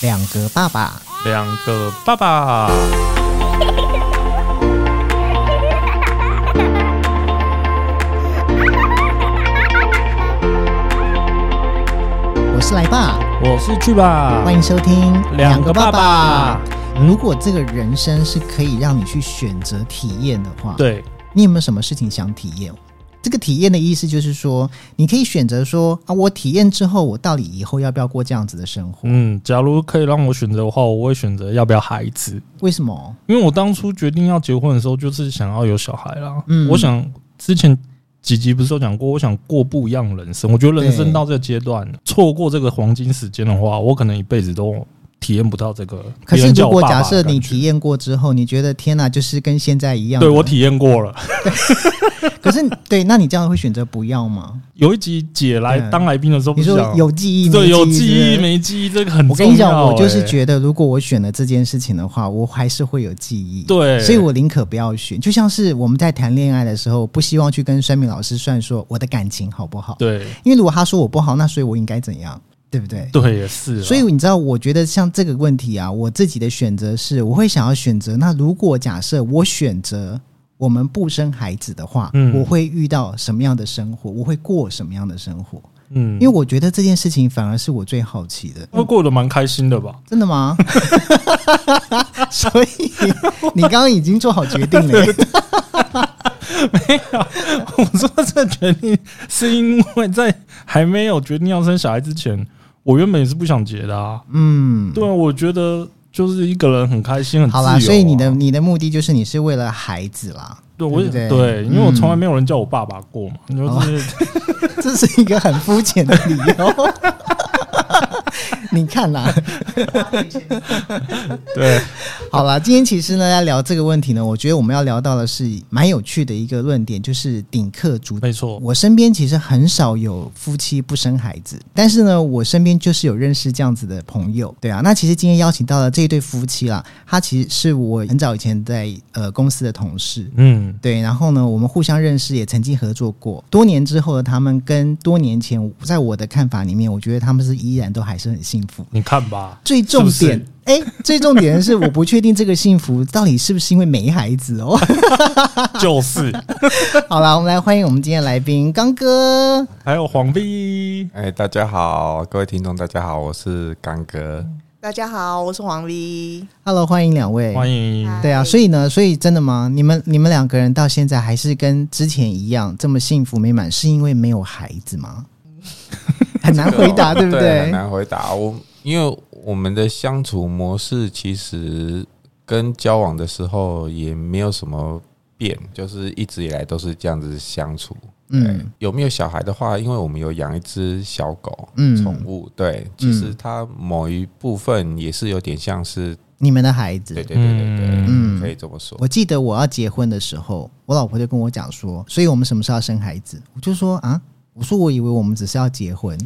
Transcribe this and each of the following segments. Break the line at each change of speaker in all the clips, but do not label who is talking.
两个爸爸，
两个爸爸，
我是来爸，
我是去吧
欢迎收听《
两个爸爸》。
如果这个人生是可以让你去选择体验的话，，
对，
你有没有什么事情想体验？这个体验的意思就是说，你可以选择说啊，我体验之后，我到底以后要不要过这样子的生活？
嗯，假如可以让我选择的话，我会选择要不要孩子，
为什么？
因为我当初决定要结婚的时候，就是想要有小孩啦。
嗯
我想之前几集不是有讲过，我想过不一样的人生。我觉得人生到这个阶段，错过这个黄金时间的话，我可能一辈子都体验不到这个。
可
别
是
人叫
如
我
果
爸爸
假
的
设
感
你
觉
体，验过之后，你觉得天哪，就是跟现在一样的。
对我体验过了。
可是对，那你这样会选择不要吗？
有一集姐来
对
当来宾的时候，
嗯
不
你
是
说
讲
有记忆没
对有
记
记
忆
忆没记忆，这个很
我
重要欸。
跟你讲，我就是觉得，如果我选了这件事情的话，我还是会有记忆。
对
所以我宁可不要选。就像是我们在谈恋爱的时候，不希望去跟酸敏老师算说我的感情好不好。，
对
因为如果他说我不好，那所以我应该怎样，对不对？
对也是啊，
所以你知道，我觉得像这个问题啊，我自己的选择是，我会想要选择。那如果假设我选择我们不生孩子的话，
嗯
我会遇到什么样的生活？我会过什么样的生活？
嗯
因为我觉得这件事情反而是我最好奇的。
会过得蛮开心 的吧？
真的吗？所以你刚刚已经做好决定了 耶，
我说这决定是因为在还没有决定要生小孩之前，我原本也是不想结的啊。
嗯，
对啊，我觉得就是一个人很开心，很自由
好
啊、
啦，所以你的你的目的就是你是为了孩子啦，
对我也
对不对
对，因为
嗯哦
我从来没有人叫我爸爸过嘛，就是
这是一个很肤浅的理由。 你看啦，
对
好啦，今天其实呢，要聊这个问题呢，我觉得我们要聊到的是蛮有趣的一个论点，就是顶客族
没错，
我身边其实很少有夫妻不生孩子，但是呢，我身边就是有认识这样子的朋友，对啊。那其实今天邀请到了这一对夫妻啦，他其实是我很早以前在呃公司的同事。
嗯，
对，然后呢，我们互相认识，也曾经合作过。多年之后的他们，跟多年前，在我的看法里面，我觉得他们是依然都还是很幸福。
你看吧，
最重
是不
点
是，
哎、最重点的是，我不确定这个幸福到底是不是因为没孩子哦。
就是
好啦，我们来欢迎我们今天的来宾刚哥。
还有黄碧，
哎、大家好，各位听众，大家好，我是刚哥。
大家好，我是黄 V。
Hello，欢迎两位，
欢迎
嗨
对啊，所以呢，所以真的吗？你们你们两个人到现在还是跟之前一样这么幸福美满，是因为没有孩子 吗？很难回答，对
啊对
不
很
对？
难回答。我因为我们的相处模式其实跟交往的时候也没有什么变，就是一直以来都是这样子相处。对，
嗯
有没有小孩的话，因为我们有养一只小狗，
嗯
宠物。对，其实它某一部分也是有点像是，
你们的孩子，
对对对对对，
嗯
可以这么说。
我记得我要结婚的时候，我老婆就跟我讲说，所以我们什么时候要生孩子？我就说啊，我说我以为我们只是要结婚，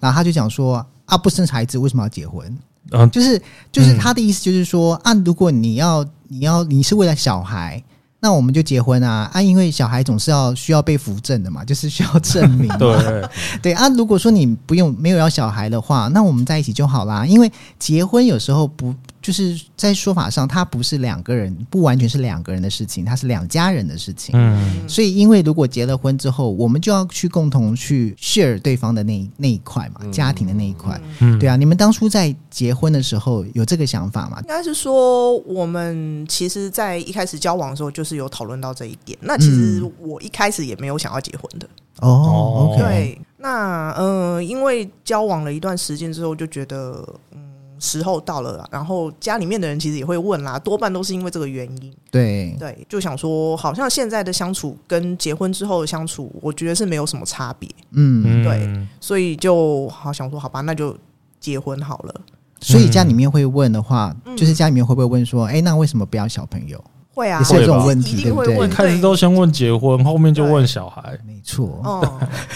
然后她就讲说啊，不生孩子为什么要结婚？
啊，
就是就是
嗯
他的意思就是说、啊，如果你要你要你是为了小孩，那我们就结婚啊啊，因为小孩总是要需要被扶正的嘛，就是需要证明 嘛
对，嗯
对啊。如果说你不用没有要小孩的话，那我们在一起就好啦。因为结婚有时候不就是在说法上，它不是两个人，不完全是两个人的事情，它是两家人的事情。
嗯，
所以，因为如果结了婚之后，我们就要去共同去 share 对方的那一那一块嘛，家庭的那一块。
嗯
对啊，你们当初在结婚的时候有这个想法吗
应？该是说，我们其实，在一开始交往的时候，就是有讨论到这一点。那其实
嗯
我一开始也没有想要结婚的，
哦
哦
，OK，
对。那嗯、呃因为交往了一段时间之后，就觉得，嗯，时候到了啦，然后家里面的人其实也会问啦，多半都是因为这个原因。
对
对，就想说，好像现在的相处跟结婚之后的相处，我觉得是没有什么差别，
嗯，
嗯，
对所以就好想说，好吧，那就结婚好了。
所以家里面会问的话，
嗯
就是家里面会不会问说，哎、那为什么不要小朋友？
会啊，
也是有
这种
问题
一定会
对不对
问，
一开始都先问结婚，后面就问小孩，
没错，
嗯，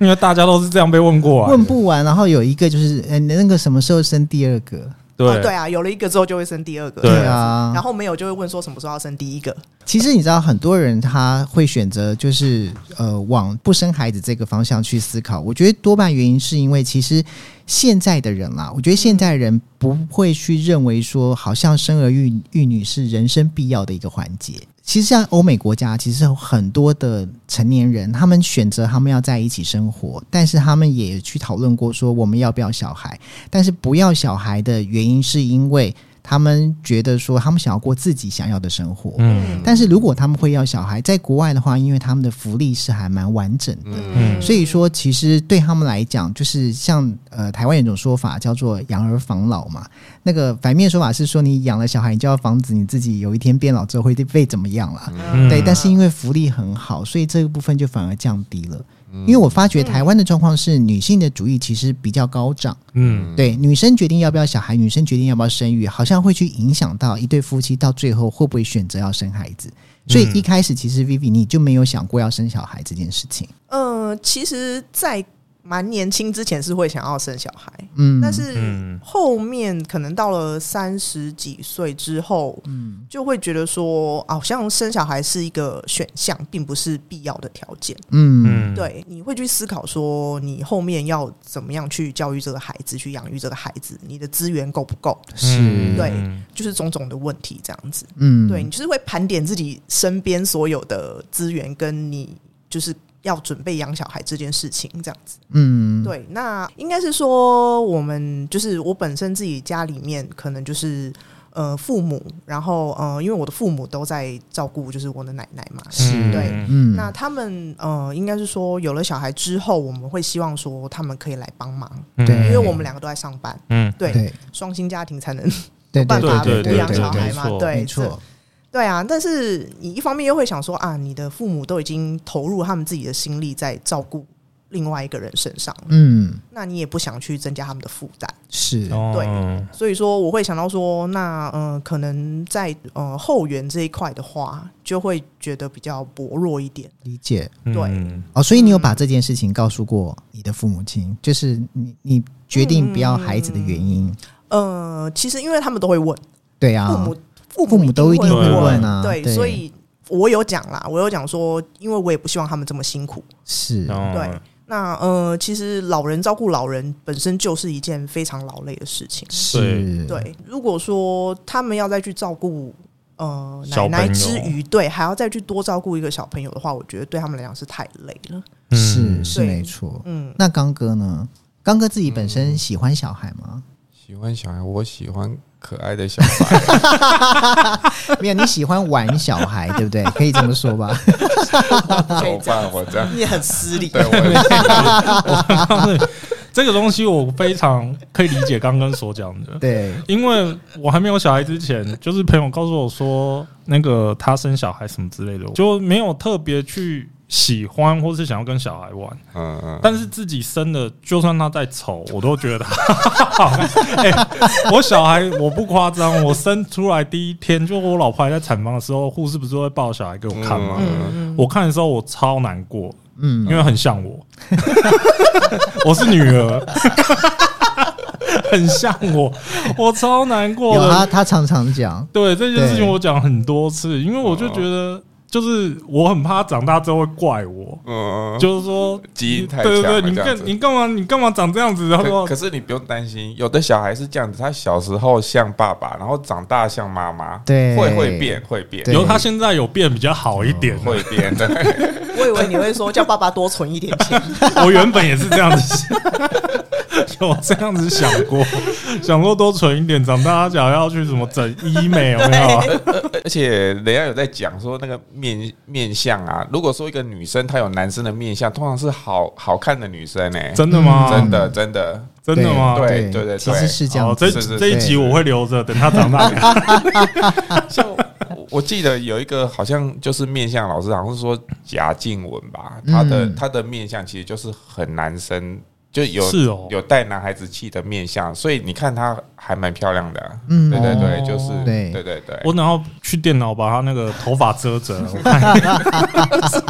因为大家都是这样被问过来的。
问不完，然后有一个就是，嗯、那个什么时候生第二个？
哦，对
对，
啊，有了一个之后就会生第二个，
对
啊
然后没有就会问说什么时候要生第一个，
其实你知道，很多人他会选择就是呃往不生孩子这个方向去思考。我觉得多半原因是因为其实现在的人啦，我觉得现在人不会去认为说好像生儿育育女是人生必要的一个环节。其实像欧美国家，其实有很多的成年人，他们选择他们要在一起生活，但是他们也去讨论过说我们要不要小孩。但是不要小孩的原因是因为他们觉得说他们想要过自己想要的生活。
嗯
但是如果他们会要小孩，在国外的话，因为他们的福利是还蛮完整的，
嗯
所以说其实对他们来讲，就是像呃台湾有一种说法叫做“养儿防老”嘛。那个反面说法是说，你养了小孩，你就要防止你自己有一天变老之后会被怎么样啦。
嗯
对，但是因为福利很好，所以这个部分就反而降低了。
嗯
因为我发觉台湾的状况是，女性的主义其实比较高涨。
嗯
对，女生决定要不要小孩，女生决定要不要生育，好像会去影响到一对夫妻到最后会不会选择要生孩子。所以一开始其实 Vivi 你就没有想过要生小孩这件事情。
嗯、其实，在蛮年轻之前是会想要生小孩，
嗯，
但是
嗯
后面可能到了三十几岁之后，
嗯
就会觉得说，哦好像生小孩是一个选项，并不是必要的条件。
嗯
嗯，
对，你会去思考说，你后面要怎么样去教育这个孩子，去养育这个孩子，你的资源够不够，
是
嗯对
嗯
就是种种的问题这样子。
嗯
对你就是会盘点自己身边所有的资源，跟你就是要准备养小孩这件事情这样子。
嗯
对，那应该是说我们就是我本身自己家里面可能就是。呃，父母，然后呃，因为我的父母都在照顾，就是我的奶奶嘛，
嗯
对，
嗯
那他们呃，应该是说有了小孩之后，我们会希望说他们可以来帮忙，
对
嗯
因为我们两个都在上班，
嗯
对，
对
双薪家庭才能
对对
办法
对对
抚
对
养
对
小
对
孩
没
嘛，
错
对，
没
是
错，
对啊。但是你一方面又会想说啊，你的父母都已经投入他们自己的心力在照顾另外一个人身上了，
嗯
那你也不想去增加他们的负担，
是
哦
所以说我会想到说，那呃，可能在呃后援这一块的话，就会觉得比较薄弱一点。
理解
对
嗯
哦，所以你有把这件事情告诉过你的父母亲，就是你你决定不要孩子的原因。
呃，其实因为他们都会问。
对啊，
父母父
父母都一定
会
问
问
啊
对，
对
所以我有讲啦，我有讲说，因为我也不希望他们这么辛苦。
是
哦
对，那呃，其实老人照顾老人本身就是一件非常劳累的事情。
是，
对，如果说他们要再去照顾呃
小
奶
朋
奶
友
之余，对，还要再去多照顾一个小朋友的话，我觉得对他们来讲是太累了。
嗯
是 是
对
没错。
嗯，
那刚哥呢？刚哥自己本
嗯
身喜欢小孩吗？
喜欢小孩，我喜欢可爱的小 孩，
没有，你喜欢玩小孩，对不对？可以这么说 吧。
怎么办？我这样，
你很失礼。
对我也是
这个东西我非常可以理解刚刚所讲的，
对，
因为我还没有小孩之前，就是朋友告诉我说，那个他生小孩什么之类的，就没有特别去喜欢或是想要跟小孩玩。
嗯嗯，
但是自己生的，就算他再丑，我都觉得 他好。哎、我小孩我不夸张，我生出来第一天，就我老婆还在产房的时候，护士不是会抱小孩给我看吗？
嗯，
我看的时候我超难过，因
嗯，
为很像我， 我是女儿，很像我，我超难过
有啊他，
的。
他常常讲，
对这件事情
对
我讲很多次，因为我就觉得，就是我很怕长大之后会怪我。
嗯嗯，
就是说，
基因太
对对
强了
对，你
这样
干
子
你干嘛你干嘛长这样子？他
可
说
可是你不用担心，有的小孩是这样子，他小时候像爸爸，然后长大像妈妈，
对
会会变，会变，
对
由他现在有变比较好一点。
嗯会变的。
我以为你会说叫爸爸多存一点钱。
我原本也是这样子想，有这样子想 过，想说多存一点，长大想要去什么整医美有没有？
而且人家有在讲说那个面面相啊，如果说一个女生她有男生的面相，通常是好好看的女生呢、欸
真的吗？
嗯真的真的
真的吗？
对对对对
其实是这样
哦，
子。
这
是是
这一集我会留着，等他长大。
像我
嗯
我记得有一个好像就是面相老师，好像是说贾静雯吧，
嗯
她的她的面相其实就是很男生，就有
是哦
有带男孩子气的面相，所以你看她还蛮漂亮的啊。
嗯
对对对，
哦
就是
对
对对对，
我然后去电脑把他那个头发遮遮，我看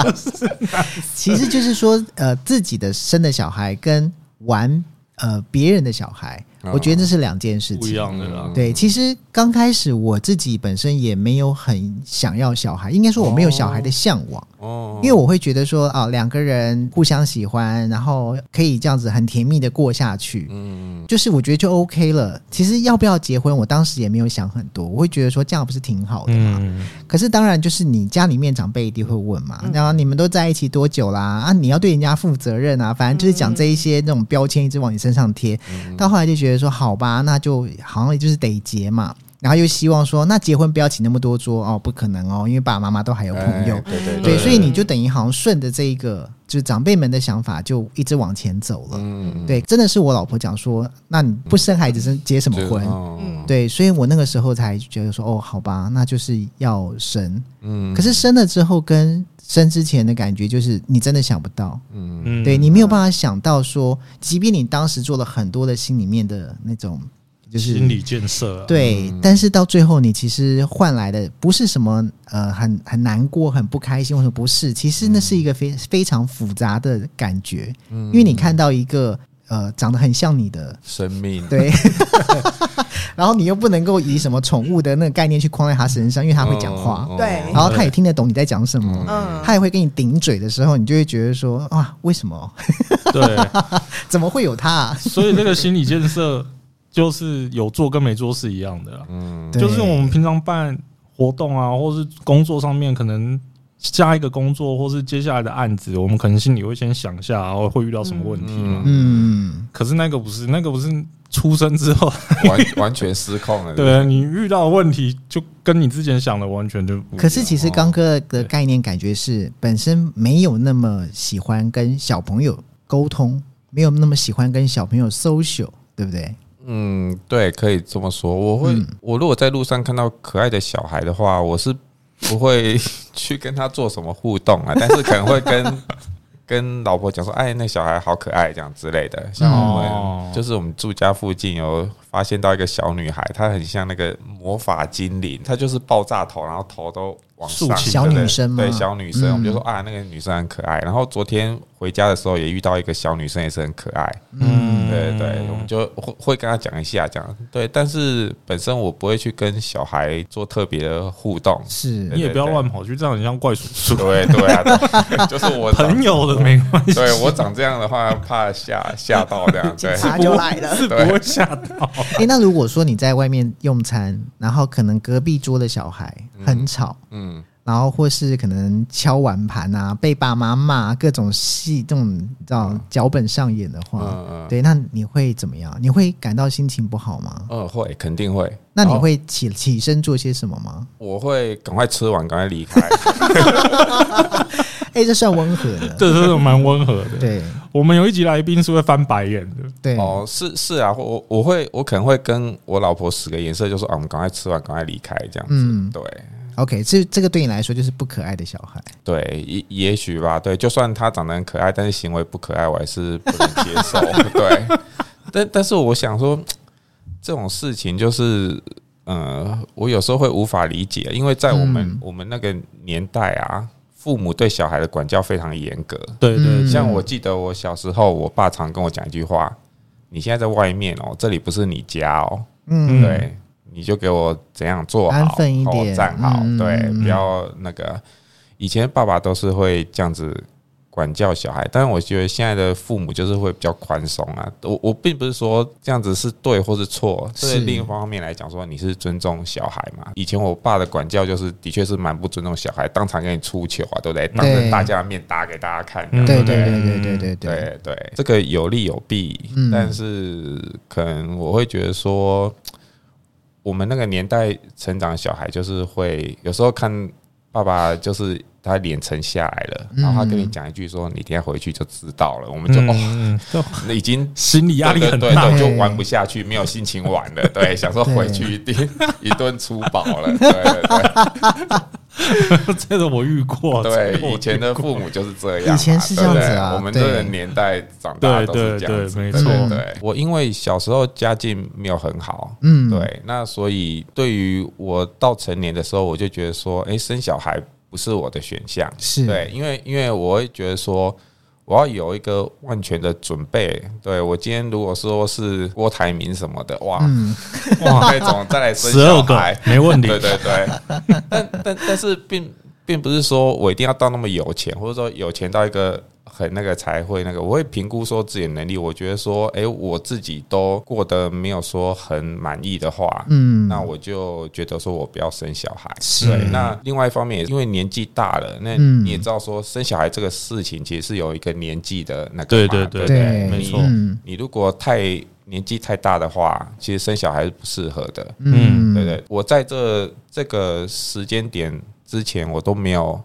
其实就是说，呃，自己的生的小孩跟玩呃别人的小孩，
哦嗯
我觉得这是两件事
不
情
一。样的啦。
对，其实刚开始我自己本身也没有很想要小孩，应该说我没有小孩的向往，
哦
因为我会觉得说啊，两个人互相喜欢，然后可以这样子很甜蜜的过下去，
嗯
就是我觉得就 OK 了。其实要不要结婚，我当时也没有想很多，我会觉得说这样不是挺好的吗？
嗯，
可是当然就是你家里面长辈一定会问嘛，然后你们都在一起多久啦？啊，你要对人家负责任啊，反正就是讲这一些那种标签一直往你身上贴，
嗯
到后来就觉得说好吧，那就好像就是得结嘛。然后又希望说，那结婚不要请那么多桌哦，不可能哦，因为爸爸妈妈都还有朋友
哎，对对
对，所以你就等于好像顺着这一个就是长辈们的想法，就一直往前走了。
嗯
对，真的是我老婆讲说，那你不生孩子生结什么婚？
嗯
对，所以我那个时候才觉得说，哦，好吧，那就是要生。
嗯
可是生了之后跟生之前的感觉，就是你真的想不到，
嗯
嗯
对你没有办法想到说，即便你当时做了很多的心里面的那种，就是
心理建设啊，
对，但是到最后你其实换来的不是什么呃很很难过、很不开心或者不是，其实那是
嗯
一个非非常复杂的感觉，因为你看到一个呃长得很像你的
生命
对， 然后你又不能够以什么宠物的那个概念去框在他身上，因为他会讲话，
哦
嗯嗯
对
然后他也听得懂你在讲什么，
嗯
他也会跟你顶嘴的时候，你就会觉得说啊，为什么？
对，
怎么会有他、啊？
所以这个心理建设就是有做跟没做是一样的啊啦。
嗯
对
就是我们平常办活动啊，或是工作上面，可能下一个工作或是接下来的案子，我们可能心里会先想一下，然后会遇到什么问题嘛。
嗯
嗯，
可是那个不是，那个不是出生之 后，
嗯完完全失控了。
对啊你遇到的问题就跟你之前想的完全就不一
嗯
样。哦
可是其实刚哥的概念感觉是本身没有那么喜欢跟小朋友沟通，没有那么喜欢跟小朋友 social，对不对？
嗯，对，可以这么说。我会，我如果在路上看到可爱的小孩的话，我是不会 去跟他做什么互动啊，但是可能会跟跟老婆讲说：“哎，那小孩好可爱，这样之类的。”像我们、
哦
就是我们住家附近有发现到一个小女孩，她很像那个魔法精灵，她就是爆炸头，然后头都往上
竖，起
小
对对
女生吗
对，小女生，
嗯
我们就说啊，那个女生很可爱。然后昨天回家的时候也遇到一个小女生，也是很可爱。
嗯
对对，我们就会会跟他讲一下这样。对，但是本身我不会去跟小孩做特别的互动。
是
嗯
你也不要乱跑去，这样很像怪叔叔。
对对啊，对 就是我长
朋，友的没关系，
对我长这样的话，怕吓吓到这样。对
警，察就来了，
是不会吓到。
哎、那如果说你在外面用餐，然后可能隔壁桌的小孩很吵，
嗯，
然后或是可能敲碗盘啊，被爸妈骂，各种戏这种你知道脚本上演的话，
嗯嗯
对，那你会怎么样？你会感到心情不好吗？
嗯，会肯定会。
那你
然后
会起起身做些什么吗？
我会赶快吃完，赶快离开。
哎、这算温和 的，
这真的蛮温和的。
对
我们有一集来宾是会翻白眼的，
对
哦，是是啊，我我我会我可能会跟我老婆使个眼色，就说啊，我们赶快吃完，赶快离开这样子。
嗯
对，
，OK，这这个对你来说就是不可爱的小孩，
对，也也许吧。对，就算他长得很可爱，但是行为不可爱，我还是不能接 受。对，但但是我想说，这种事情就是，呃，我有时候会无法理解，因为在我们、
嗯
我们那个年代啊，父母对小孩的管教非常严格。
对对，
嗯
对
像我记得我小时候，我爸常跟我讲一句话：“你现在在外面哦，这里不是你家哦。”
嗯，
对，你就给我怎样做好，
安分一点
好站好，
嗯
对，
嗯
不要那个。以前爸爸都是会这样子管教小孩，但是我觉得现在的父母就是会比较宽松啊。我我并不是说这样子是对或是错，
是
是另一方面来讲说你是尊重小孩嘛。以前我爸的管教就是的确是蛮不尊重小孩，当场给你出糗啊，对不对？当着大家的面打给大家看，
嗯
这
对
样
对对
不
对对对对，
对对，这个有利有弊，
嗯
但是可能我会觉得说，我们那个年代成长的小孩，就是会有时候看爸爸就是。他脸沉下来了，然后他跟你讲一句说：“你等一下回去就知道了。”我们就哦，
嗯，就
那已经
心理压力很
对对
大
对
对，就玩不下去，没有心情玩了。对，想说
对
回去一定一 顿粗饱了。对对
这个我遇过。
对
这个我
对，以前的父母就是这样嘛，
以前是这样子
对不对
啊
我们这个
对
年代长大都是这样子，
对对对没
对
错
对，我因为小时候家境没有很好，
嗯，
对，那所以对于我到成年的时候，我就觉得说，哎、生小孩不是我的选项，
是
对，因为因为我会觉得说，我要有一个万全的准备。对我今天如果说是郭台铭什么的，哇，
嗯，
哇那种再来生
十二
小
个
孩，
没问题
对，对对。 但但但是并并不是说我一定要到那么有钱，或者说有钱到一个很那个才会那个，我会评估说自己的能力。我觉得说，诶，我自己都过得没有说很满意的话，
嗯
那我就觉得说我不要生小孩。
是
对，那另外一方面也因为年纪大了，那
嗯
你也知道说生小孩这个事情其实是有一个年纪的那个嘛，
对对
对
对
不
对，
没
你
错
嗯
你如果太年纪太大的话，其实生小孩是不适合的。
嗯
对对，我在这这个时间点之前，我都没有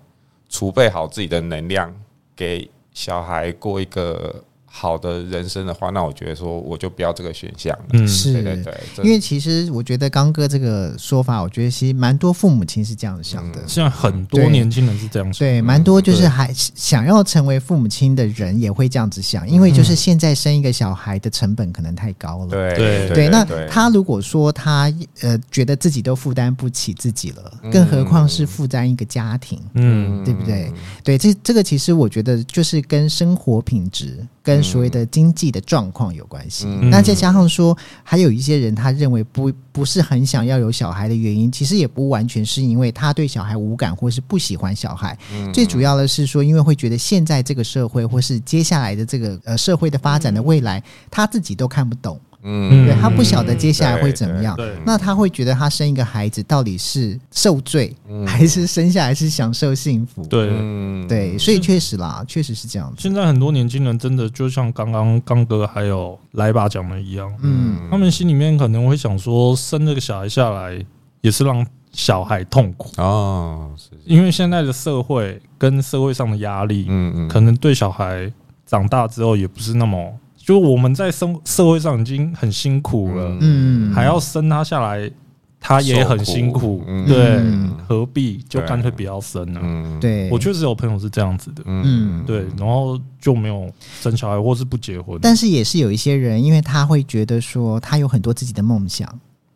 储备好自己的能量，给小孩过一个好的人生的话，那我觉得说我就不要这个选项了。
嗯，
是
对对对，这
因为其实我觉得刚哥这个说法，我觉得其实蛮多父母亲是这样想的。
嗯
现在很多
对
年轻人是这样说。
对，蛮多就是还想要成为父母亲的人也会这样子想，因为
嗯
就是现在生一个小孩的成本可能太高了。
对
对
对，那
对
他如果说他呃觉得自己都负担不起自己了，
嗯
更何况是负担一个家庭，
嗯，
对不对？对，这这个其实我觉得就是跟生活品质跟所谓的经济的状况有关系。
嗯
那再加上说，还有一些人他认为不不是很想要有小孩的原因，其实也不完全是因为他对小孩无感或是不喜欢小孩，
嗯
最主要的是说，因为会觉得现在这个社会或是接下来的这个呃社会的发展的未来，他自己都看不懂。
嗯
对他不晓得接下来会怎么样。
对对对
那他会觉得他生一个孩子到底是受罪，
嗯
还是生下来是享受幸福？
对。
嗯
对，所以确实啦，确实是这样子。
现在很多年轻人真的就像刚刚刚哥还有来吧讲的一样，
嗯，
他们心里面可能会想说，生这个小孩下来也是让小孩痛苦，
哦，是
因为现在的社会跟社会上的压力，
嗯嗯，
可能对小孩长大之后也不是那么，就我们在生社会上已经很辛苦了，
嗯
还要生他下来，他也很辛苦
受苦，嗯
对
嗯，
何必就干脆不要生呢？
嗯，
对，
我确实有朋友是这样子的，
嗯
对，然后就没有生小孩或是不结婚，
但是也是有一些人，因为他会觉得说他有很多自己的梦想，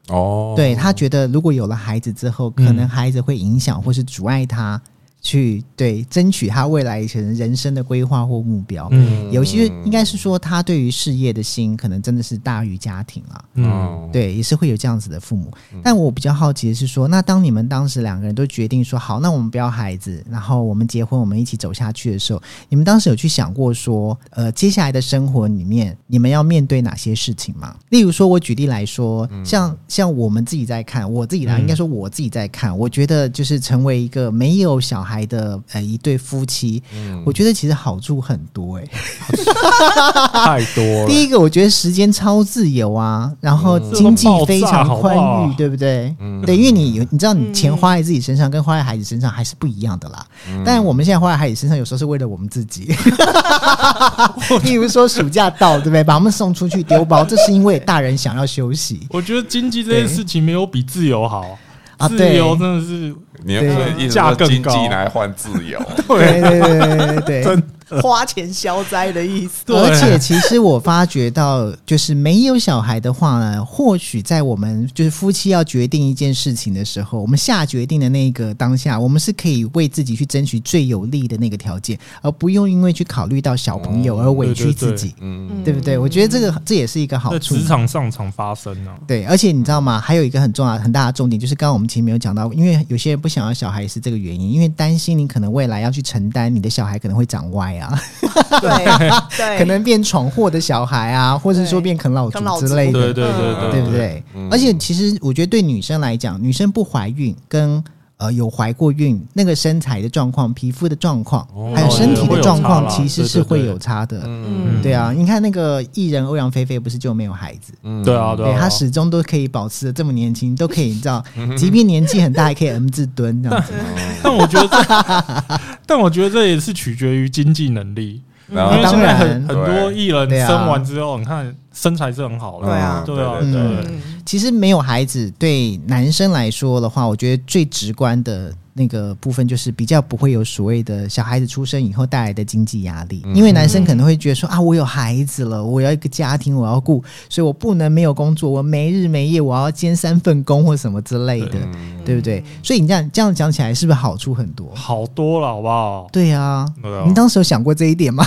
哦，
对他觉得如果有了孩子之后，
嗯
可能孩子会影响或是阻碍他去对争取他未来可能人生的规划或目标。
嗯
有些应该是说他对于事业的心可能真的是大于家庭啦。
嗯，
哦，
对，也是会有这样子的父母。但我比较好奇的是说，那当你们当时两个人都决定说好，那我们不要孩子，然后我们结婚，我们一起走下去的时候，你们当时有去想过说，呃，接下来的生活里面你们要面对哪些事情吗？例如说，我举例来说，像像我们自己在看，我自己来，
嗯
应该说我自己在看，我觉得就是成为一个没有小孩的呃一对夫妻，
嗯
我觉得其实好处很多哎、欸
太多了，
第一个，我觉得时间超自由啊，然后经济非常宽
这个爆炸好不
裕
好，
对不对？
嗯
对，因为你有，你知道，你钱花在自己身上跟花在孩子身上还是不一样的啦。当然，我们现在花在孩子身上，有时候是为了我们自己。 例如说，暑假到，对不对？把他们送出去丢包，这是因为大人想要休息
我觉得经济这件事情没有比自由好，
啊。
自
对，
由真的是
你
啊
要一直
价
说
更
经
高
济来换自由，
对对对对对对对。
花钱消灾的意思。
对
而且其实我发觉到，就是没有小孩的话呢，或许在我们就是夫妻要决定一件事情的时候，我们下决定的那个当下，我们是可以为自己去争取最有利的那个条件，而不用因为去考虑到小朋
哦
友而委屈自己，
嗯，
对不对？我觉得这个这也是一个好
在
处。
嗯职场上常发生啊。
对，而且你知道吗？还有一个很重要、很大的重点，就是刚刚我们其实没有讲到，因为有些人不想要小孩也是这个原因，因为担心你可能未来要去承担，你的小孩可能会长歪啊。
对 对，
可能变闯祸的小孩啊，或者说
对
变啃老
啃老
族
族
之类的，
对对对嗯
对不对？而且其实我觉得对女生来讲，女生不怀孕跟呃有怀过孕，那个身材的状况、皮肤的状况，
哦
还有身体的状
会有
况，
差啦
其实是
对
会
对对
有差的。
嗯
对啊，你看那个艺人欧阳菲菲，不是就没有孩子？
嗯
对啊，对
对
啊，
她始终都可以保持的这么年轻，都可以，你 知道，即便年纪很大，还可以 M 字蹲这样子。
但我觉得这， 但我觉得这也是取决于经济能力，
嗯然
因为
后
现在
嗯当然
很很多艺人
对啊
生完之后，你看身材是很好的，
对啊
对啊，
嗯
对
嗯
对
嗯
其实没有孩子对男生来说的话，我觉得最直观的那个部分就是比较不会有所谓的小孩子出生以后带来的经济压力，
嗯
因为男生可能会觉得说啊，我有孩子了，我要一个家庭，我要顾，所以我不能没有工作，我没日没夜，我要兼三份工或什么之类的，
嗯
对不对？所以你这样这样讲起来，是不是好处很多？
好多了，好不好？
对啊，
对啊
你当时有想过这一点吗？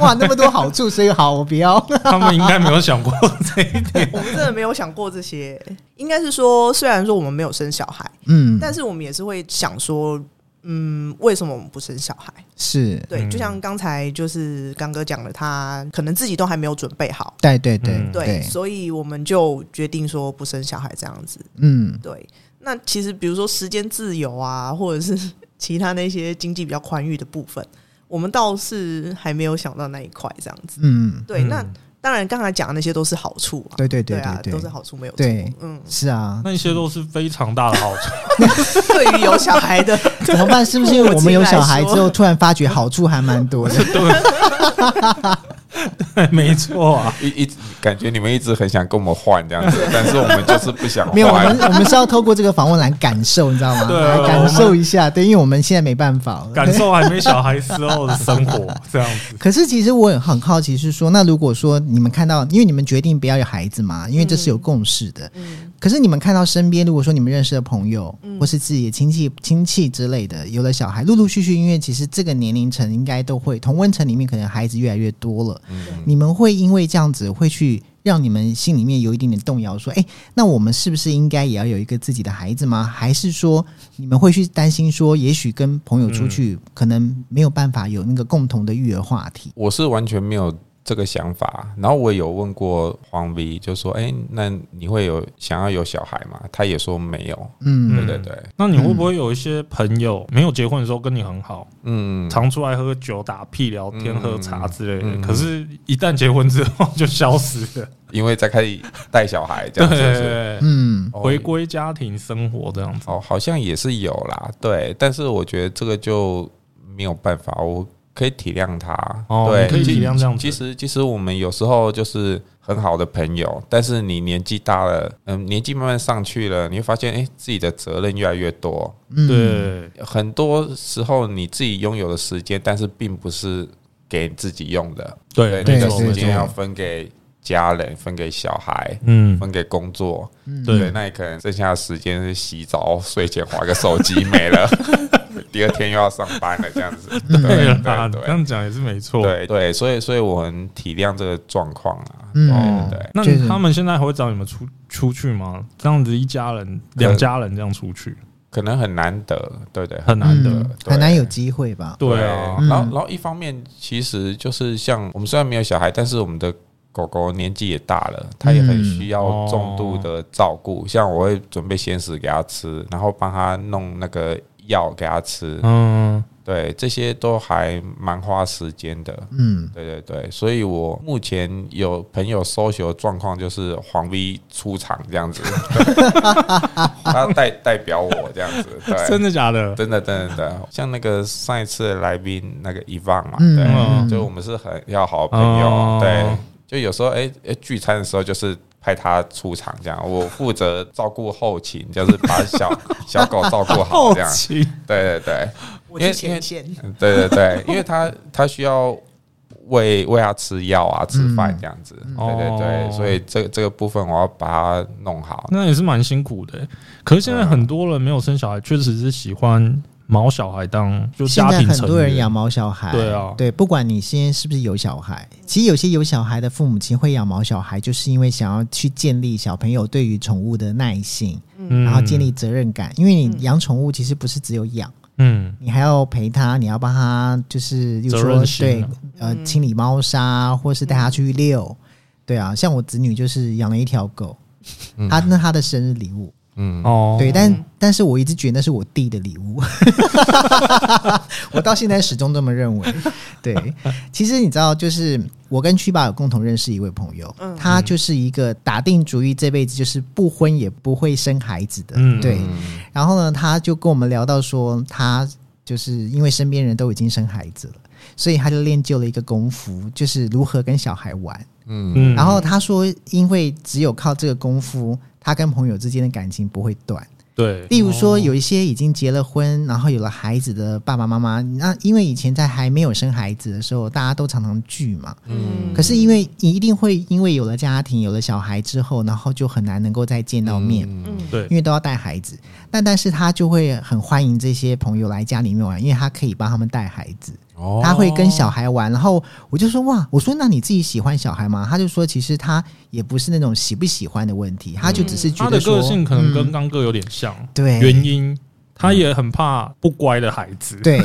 哇，那么多好处，所以好，我不要。
他们应该没有想过 这一点，
我们真的没有想过这些，应该是说，虽然说我们没有生小孩，
嗯，
但是我们也是会想说，嗯，为什么我们不生小孩？
是，
对，就像刚才就是刚哥讲的，他可能自己都还没有准备好，
对对对、
嗯
对，所以我们就决定说不生小孩这样子。
嗯
对，那其实比如说时间自由啊，或者是其他那些经济比较宽裕的部分，我们倒是还没有想到那一块这样子。
嗯。
对，
嗯
那当然刚才讲的那些都是好处啊，
对对对
啊，
对
都是
对，
好处没有错
对。
嗯，
是啊，
那些都是非常大的好处。
对于有小 孩的，
怎么办？是不是因为我们有小孩之后，突然发觉好处还蛮多的？
没错啊，
一一直感觉你们一直很想跟我们换这样子，但是我们就是不想换。
没有，我们我们是要透过这个访问来感受，你知道吗？
对
来
我
感
们
受一下，对，因为我们现在没办法了。
感受还没小孩时候的生活这样子。
可是其实我很好奇，是说那如果说你们看到，因为你们决定不要有孩子嘛，因为这是有共识的。
嗯
可是你们看到身边，如果说你们认识的朋友，或是自己的亲戚、亲戚之类的，有了小孩，陆陆续续，因为其实这个年龄层应该都会，同温层里面可能孩子越来越多了，
嗯
你们会因为这样子会去让你们心里面有一点点动摇，说，哎、那我们是不是应该也要有一个自己的孩子吗？还是说你们会去担心说，也许跟朋友出
嗯
去，可能没有办法有那个共同的育儿话题？
我是完全没有这个想法。然后我有问过黄 V，就说：“哎、那你会有想要有小孩吗？”他也说没有。
嗯，
对对对，
那你会不会有一些朋友没有结婚的时候跟你很好，
嗯，
常出来喝酒、打屁、聊天、
嗯
喝茶之类
嗯
的？可是，一旦结婚之后就消失了。
因为在开始带小孩这
对
样子是不是，
嗯，
哦
回归家庭生活这样子。
哦，好像也是有啦，对，但是我觉得这个就没有办法，我可以体谅他，
哦
对，
你可以
其
体谅这样子
其实，其实我们有时候就是很好的朋友，但是你年纪大了，嗯，年纪慢慢上去了，你会发现，哎、自己的责任越来越多，
嗯，
对，
很多时候你自己拥有的时间，但是并不是给自己用的，
对，
那
没
个
错，
时
没
间要
错。
分给家人，分给小孩，
嗯，
分给工作，对，
对，
嗯
那你可能剩下的时间是洗澡、睡前划个手机没 了，第二天又要上班了，这样子。对
对啦，这
对
样讲也是没错。
对对，所以所以我很体谅这个状况啊。
嗯
对对对，
那
就是
他们现在还会找你们出出去吗？这样子一家人、两家人这样出去
可能很难得，对对，
很难
嗯
得。
对
很难有机会吧？
对
对啊，
然后然后一方面其实就是像我们虽然没有小孩，但是我们的。狗狗年纪也大了，它也很
嗯
需要重度的照顾。像我会准备鲜食给它吃，然后帮它弄那个药给它吃，
嗯，
对，这些都还蛮花时间的。
嗯，
对对对，所以我目前有朋友搜求的状况就是黄 V 出场这样子，对他代代表我这样子，对，
真的假的？
真的真的真的，像那个上一次的来宾那个伊万嘛，
嗯
对，
嗯
就我们是很要好的朋友
哦，
对，就有时候哎哎聚餐的时候就是。派他出场这样，我负责照顾后勤，就是 把小小狗照顾好
好
这样。
奇，
对对对，
我
因
是
为因为
前线，
嗯对对对，因为他他需要喂喂他吃药啊，吃饭这样子。对对对，
哦
所以这这个部分我要把它弄好。
那也是蛮辛苦的欸。可是现在很多人没有生小孩，确实是喜欢毛小孩当就
现
家
在
庭
很
成
多人
员
养毛小孩，
对啊
对，不管你现在是不是有小孩，其实有些有小孩的父母亲会养毛小孩，就是因为想要去建立小朋友对于宠物的耐心，
嗯
然后建立责任感。因为你养宠物其实不是只有养，
嗯
你还要陪它，你要帮它就是，比如
责
说
任心
对
啊
呃清理猫砂，或是带它去遛。对啊，像我子女就是养了一条狗，它那它的生日礼物。
嗯，
嗯哦，
对，但但是我一直觉得那是我弟的礼物， 我到现在始终这么认为。对，其实你知道，就是我跟曲爸有共同认识一位朋友，
嗯
他就是一个打定主意这辈子就是不婚也不会生孩子的，
嗯
对。然后呢，他就跟我们聊到说，他就是因为身边人都已经生孩子了，所以他就练就了一个功夫，就是如何跟小孩玩。
嗯
嗯
然后他说，因为只有靠这个功夫，他跟朋友之间的感情不会断。
对，
例如说，
哦
有一些已经结了婚，然后有了孩子的爸爸妈妈，那因为以前在还没有生孩子的时候，大家都常常聚嘛。
嗯
可是因为你一定会因为有了家庭、有了小孩之后，然后就很难能够再见到面，
嗯
嗯
对
因为都要带孩子。那但是他就会很欢迎这些朋友来家里面玩，因为他可以帮他们带孩子。
哦
他会跟小孩玩，然后我就说哇，我说那你自己喜欢小孩吗？他就说其实他也不是那种喜不喜欢的问
嗯
题，他就只是觉
他
得
的
说
个性可能跟
嗯
刚哥有点像，
对嗯
原因他也很怕不乖的孩子，
对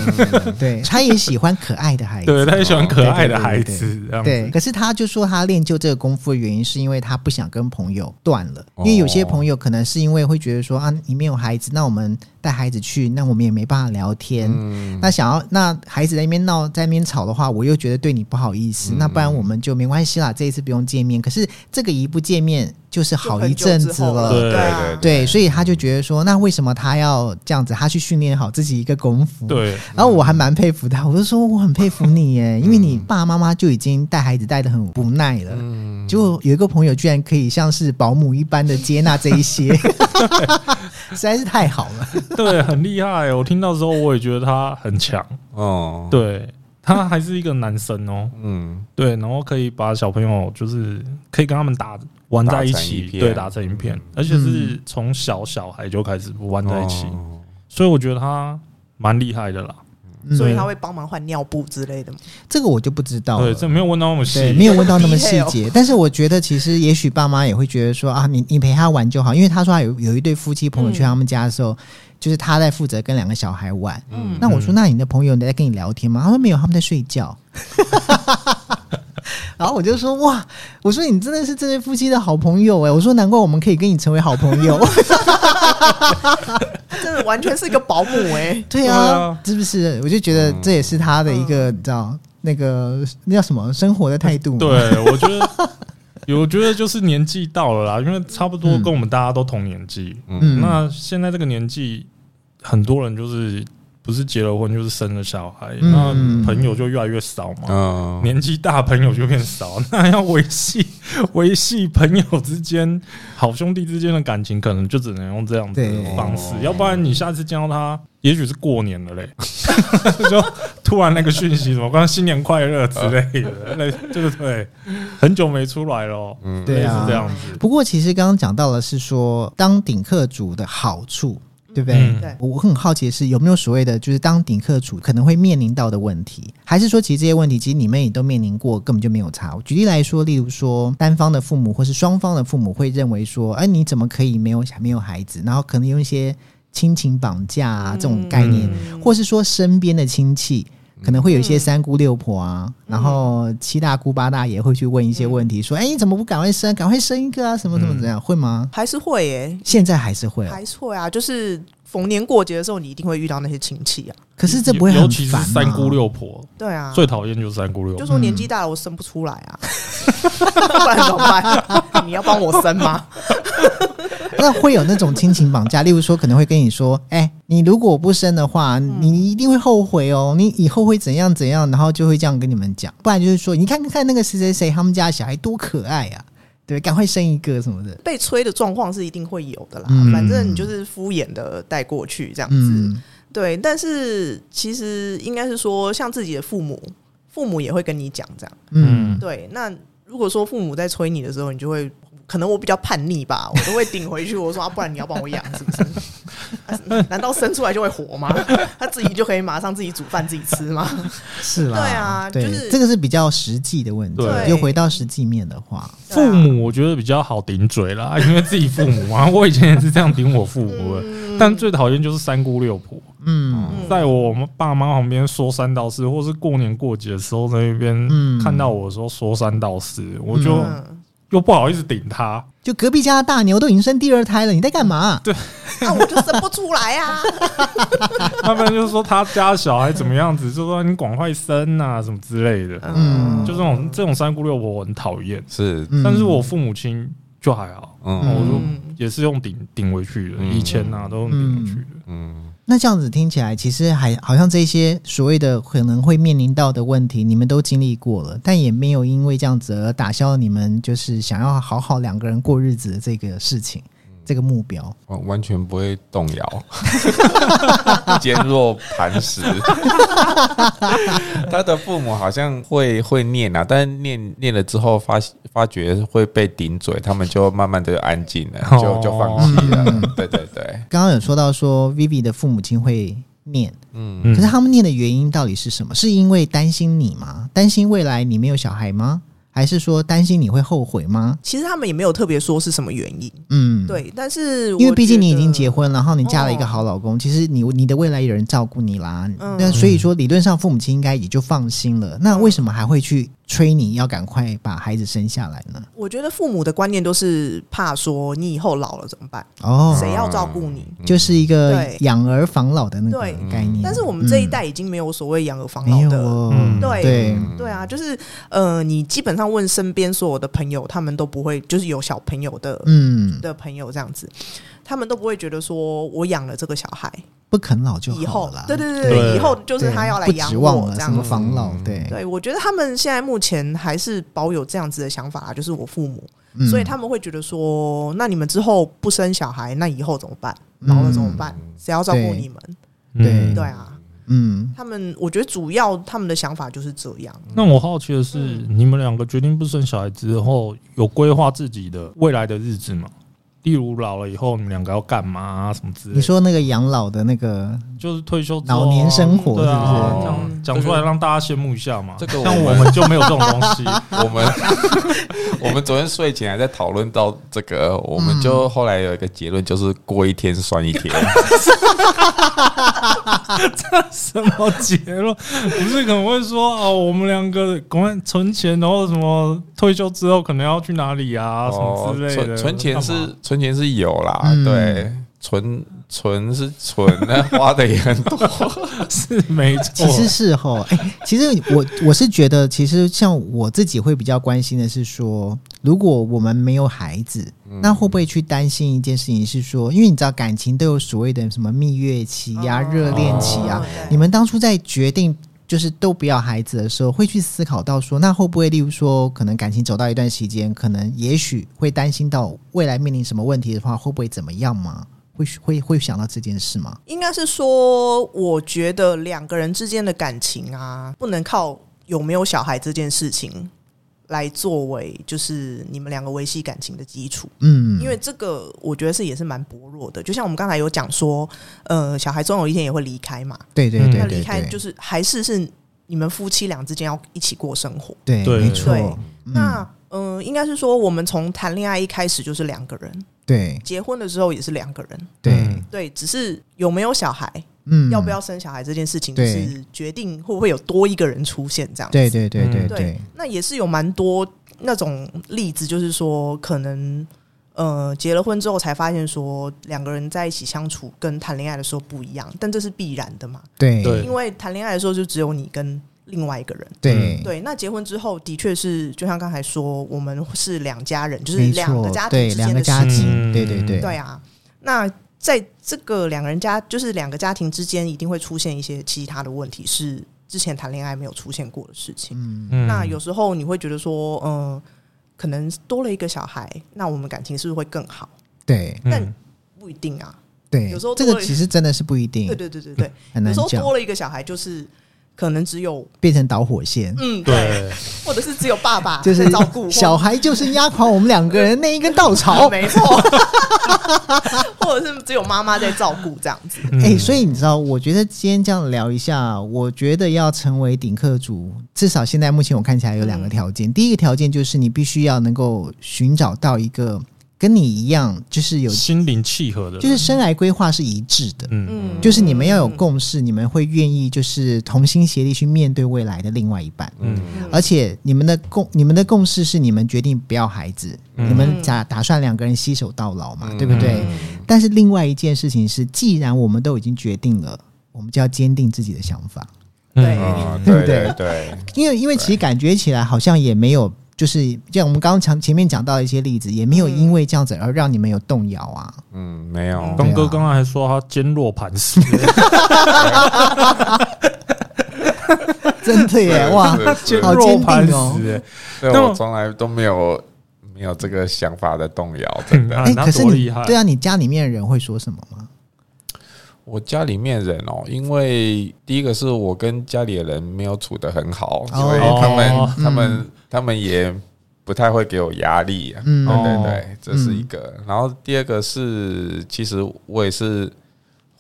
对，他也喜欢可爱的孩子。
对，他也喜欢可爱的孩
对
子，这样子
对，可是他就说他练就这个功夫的原因，是因为他不想跟朋友断了，
哦
因为有些朋友可能是因为会觉得说啊，你没有孩子，那我们带孩子去，那我们也没办法聊天，
嗯
那想要那孩子在那边闹，在那边吵的话，我又觉得对你不好意
嗯
思，那不然我们就没关系啦，这一次不用见面。可是这个一不见面就是好一阵子了。
对
对啊
对
对，所以他就觉得说，那为什么他要这样子？他去训练好自己一个功夫。，
对
然后我还蛮佩服他，我就说我很佩服你耶，因为
嗯
你爸爸妈妈就已经带孩子带的很无奈了，
嗯
结果有一个朋友居然可以像是保姆一般的接纳这一些， 实在是太好了。
对，很厉害。哦我听到之后，我也觉得他很强，
哦，
对他还是一个男生哦，
嗯
对，然后可以把小朋友就是可以跟他们打玩在一
打成
起，
一片
对，打成一
嗯
片，而且是从小小孩就开始玩在一起，
哦
所以我觉得他蛮厉害的啦。
嗯
所以他会帮忙换尿布之类的嘛。
这个我就不知道了。
对，这没有问到那么
哦对，
细，
没有问到那么细节，但是我觉得其实也许爸妈也会觉得说啊，你你陪他玩就好，因为他说他有有一对夫妻朋友去他们家的时候，就是他在负责跟两个小孩玩。
嗯
那我说那你的朋友在跟你聊天吗？他说没有，他们在睡觉。 然后我就说哇，我说你真的是这对夫妻的好朋友哎、我说难怪我们可以跟你成为好朋 友。
他真的嗯完全是一个保姆哎、
对
对
啊嗯
啊，
是不是？我就觉
嗯
得这也是他的一个、你知道那个那叫什么生活的态度嘛。
对，我觉得，有我觉得就是年纪到了啦，因为差不多跟我们大家都同年纪。
嗯
那现在这个年纪，很多人就是不是结了婚就是生了小孩，
嗯
那朋友就越来越少嘛。
嗯
年纪大，朋友就变少， 那要维系维系朋友之间、好兄弟之间的感情，可能就只能用这样子的
对
方式，要不然你下次见到他，也许是过年了嘞， 就突然那个讯息，什么刚新年快乐之类的，类对不对？很久没出来了，
嗯
对啊
类似这样子，
不过其实刚刚讲到的是说当顶客主的好处，对不对？
嗯
对
我很好奇的是有没有所谓的就是当顶客主可能会面临到的问题，还是说其实这些问题其实你们也都面临过，根本就没有差。举例来说，例如说单方的父母或是双方的父母会认为说，哎、你怎么可以没有没有孩子？然后可能用一些亲情绑架啊这种概念，
嗯
或是说身边的亲戚。可能会有一些三姑六婆啊，然后七大姑八大爷会去问一些问题，说：“哎、你怎么不赶快生？赶快生一个啊？什么什么怎样？会吗
还是会哎、？”
现在还是会、哦，
还是会啊，就是逢年过节的时候，你一定会遇到那些亲戚啊。
可是这不会很
尤其是
烦啊吗
三姑六婆，
对啊，
最讨厌就是三姑六
就
婆。
说年纪大了，我生不出来啊， 不然怎么办？ 你要帮我生吗？
那会有那种亲情绑架，例如说可能会跟你说：“哎、你如果不生的话，你一定会后悔哦，你以后会怎样怎样。”然后就会这样跟你们讲，不然就是说：“你看看那个谁谁谁，他们家的小孩多可爱啊，对，赶快生一个什么的。
被催的状况是一定会有的啦，
嗯
反正你就是敷衍的带过去这”样子。
嗯，
对，但是其实应该是说，像自己的父母，父母也会跟你讲这样。
嗯
对，那如果说父母在催你的时候，你就会。可能我比较叛逆吧，我都会顶回去。我说啊，不然你要帮我养是不是、啊 难道生出来就会活吗？ 他自己就可以马上自己煮饭自己吃吗？
是啦，
对啊
对，
就是
这个是比较实际的问题。
对
就回到实际面的话，
对啊
父母我觉得比较好顶嘴啦， 因为自己父母嘛， 我以前也是这样顶我父母的，但最讨厌就是三姑六婆。
嗯
嗯
在我们爸妈旁边说三道四，或是过年过节的时候在那边
嗯
看到我说说三道四，我就
嗯
又不好意思顶他，
就隔壁家的大牛都已经生第二胎了，你在干嘛？
啊
那啊我就生不出来 啊！
他们就说他家小孩怎么样子，就说你赶快生啊什么之类的，
嗯，
就这种这种三姑六婆我很讨厌。
是，
嗯
但是我父母亲就还好，
嗯
我就
嗯
也是用顶顶回去的，
嗯
以前啊都用顶回去的。
嗯，
那这样子听起来，其实还好像这些所谓的可能会面临到的问题，你们都经历过了，但也没有因为这样子而打消了你们就是想要好好两个人过日子的这个事情，这个目标。
完哦完全不会动 摇，坚若磐石。他的父母好像会会念啊，但是念念了之后发发觉会被顶嘴，他们就慢慢的就安静了，就就放弃
嗯
了。对对对，
刚刚有说到说，Vivi 的父母亲会念，
嗯，
嗯
可是他们念的原因到底是什么？是因为担心你吗？担心未来你没有小孩吗？还是说担心你会后悔吗？
其实他们也没有特别说是什么原因，
嗯，。
对，但是
因为毕竟
我觉
你已
得
经结，婚，然后你嫁了一个好老公，其实你你的未来有人照顾你啦。
嗯
那所以说，理论上父母亲应该也就放心了。那为什么还会去催你要赶快把孩子生下来呢？
我觉得父母的观念都是怕说你以后老了怎么办，
哦，
谁要照顾你？
就是一个
对
养儿防老的那个
对
概念。嗯
但是我们这一代已经没有所谓养儿防
没
老
有
的，
哦，
嗯
对
对，
对啊，就是呃，你基本上问身边所有的朋友，他们都不会，就是有小朋友的、
嗯，
的朋友这样子，他们都不会觉得说我养了这个小孩
不啃老就
以
好
后
了啦，，
对对对，
对
以后就是
对
他要来
不
养
指望
我
了
这
什么
样子。
防老，对，
对，我觉得他们现在目前还是保有这样子的想法，啊就是我父母，
嗯
所以他们会觉得说，那你们之后不生小孩，那以后怎么办？老了怎么办？谁要照顾
嗯对
你们？
对
嗯
对啊，
嗯，
他们我觉得主要他们的想法就是这样。
那我好奇的是，
嗯
你们两个决定不生小孩之后，有规划自己的未来的日子吗？例如老了以后，你们两个要干嘛、啊、什么之类的？
你说那个养老的那个，
就是退休之后啊
老年生活
对啊，
是不是
这样讲出来让大家羡慕一下嘛。
这个
像
我
我
们
们就没有这种东西。
我们 我们昨天睡前还在讨论到这个，我们就
嗯
后来有一个结论，就是过一天算一天。
什么结论？不是可能会说哦，我们两个赶快存钱，然后什么退休之后可能要去哪里啊，什么之类的。
哦存存钱
干
是
嘛
存钱是有啦，
嗯
对，存存是存，那花的也很多。
是没 错，
其实是吼，哎、其实我我是觉得，其实像我自己会比较关心的是说，如果我们没有孩子，那会不会去担心一件事情是说，因为你知道感情都有所谓的什么蜜月期呀、
哦
热恋期啊，
对
你们当初在决定。就是都不要孩子的时候，会去思考到说，那会不会，例如说，可能感情走到一段时间，可能也许会担心到未来面临什么问题的话，会不会怎么样吗？会会会想到这件事吗？
应该是说，我觉得两个人之间的感情啊，不能靠有没有小孩这件事情来作为就是你们两个维系感情的基础，
嗯，
因为这个我觉得是也是蛮薄弱的。就像我们刚才有讲说，呃，小孩总有一天也会离开嘛，
对对对
那
对对，
离开就是还是是你们夫妻俩之间要一起过生活。
对，
对
没错
对。
嗯
那嗯、呃应该是说我们从谈恋爱一开始就是两个人，
对
结婚的时候也是两个人，
嗯
对，
对，只是有没有小孩
嗯，
要不要？生小孩这件事情，就
对
是决定会不会有多一个人出现这样子。
对对对对
嗯
对，
那也是有蛮多那种例子，就是说可能呃结了婚之后才发现说两个人在一起相处跟谈恋爱的时候不一样，但这是必然的嘛，
对嗯
对
因为谈恋爱的时候就只有你跟另外一个人。
嗯
对
对，那结婚之后的确是，就像刚才说，我们是两家人，就是
没
两个
错
家，庭
对
之
两
间
个
的
家
事情
庭，
情
对对对
对啊，那在这个两个人家，就是两个家庭之间，一定会出现一些其他的问题，是之前谈恋爱没有出现过的事情。
嗯
嗯
那有时候你会觉得说，嗯、可能多了一个小孩，那我们感情是不是会更好？
对
嗯
但不一定啊。
对，
有时候
这
多
个
了
其实真的是不一定
对，对对对对，
嗯很
有
难
时候
讲
多，了一个小孩，就是可能只有
变成导火线。
嗯，
对，
或者是只有爸爸
就是
啊在照顾，或嗯
小孩就是压垮我们两个人那一根稻草，
没错，或者是只有妈妈在照顾这样子。
嗯
哎、所以你知道，我觉得今天这样聊一下，我觉得要成为顶客主，至少现
嗯
在目前我看起来有两个条件。第一个条件就是你必须要能够寻找到一个跟你一样，就是有
哦心灵契合的人，
就是生来规划是一致的，
嗯，
嗯，
就是你们要有共识，你们会愿意就是同心协力去面对未来的另外一半。
嗯，
而且你们的共你们的共识是你们决定不要孩子，你们打打算两个人携手到老嘛，对不对？
嗯
但是另外一件事情是，既然我们都已经决定了，我们就要坚定自己的想法，
对
嗯，
对不
对
对
对对，
因为因为其实感觉起来好像也没有。就是像我们刚刚讲前面讲到的一些例子，也没有因为这样子而让你们有动摇啊。
嗯，没有，
东哥刚刚还说他坚若磐 石，
真的耶，哇！
是是
坚
好坚
若
定
磐
哦
石欸，
对
那么
我从来都没有没有这个想法的动摇，真的。
啊
哎、
那
可是
多
你
厉害
对啊，你家里面的人会说什么吗？
我家里面人哦，因为第一个是我跟家里的人没有处得很好，
哦
所以他们、
哦
他们他们也不太会给我压力、啊。
嗯
对对
哦
对，这是一个。然后第二个是，其实我也是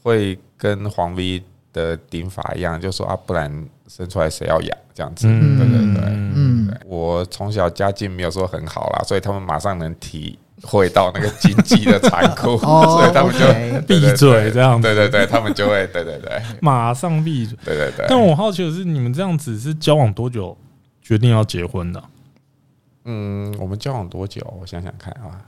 会跟黄 V 的顶法一样，就说啊，不然生出来谁要养这样子。
嗯
对对对。
嗯，
嗯
对，我从小家境没有说很好啦，所以他们马上能体会到那个经济的残 酷，
哦
所以他们就
OK
对对
闭嘴这样子
对对对，他们就会，对对对
马上闭嘴。
对对对。
但我好奇的是，你们这样子是交往多久决定要结婚的？
嗯，我们交往多久？我想想看啊，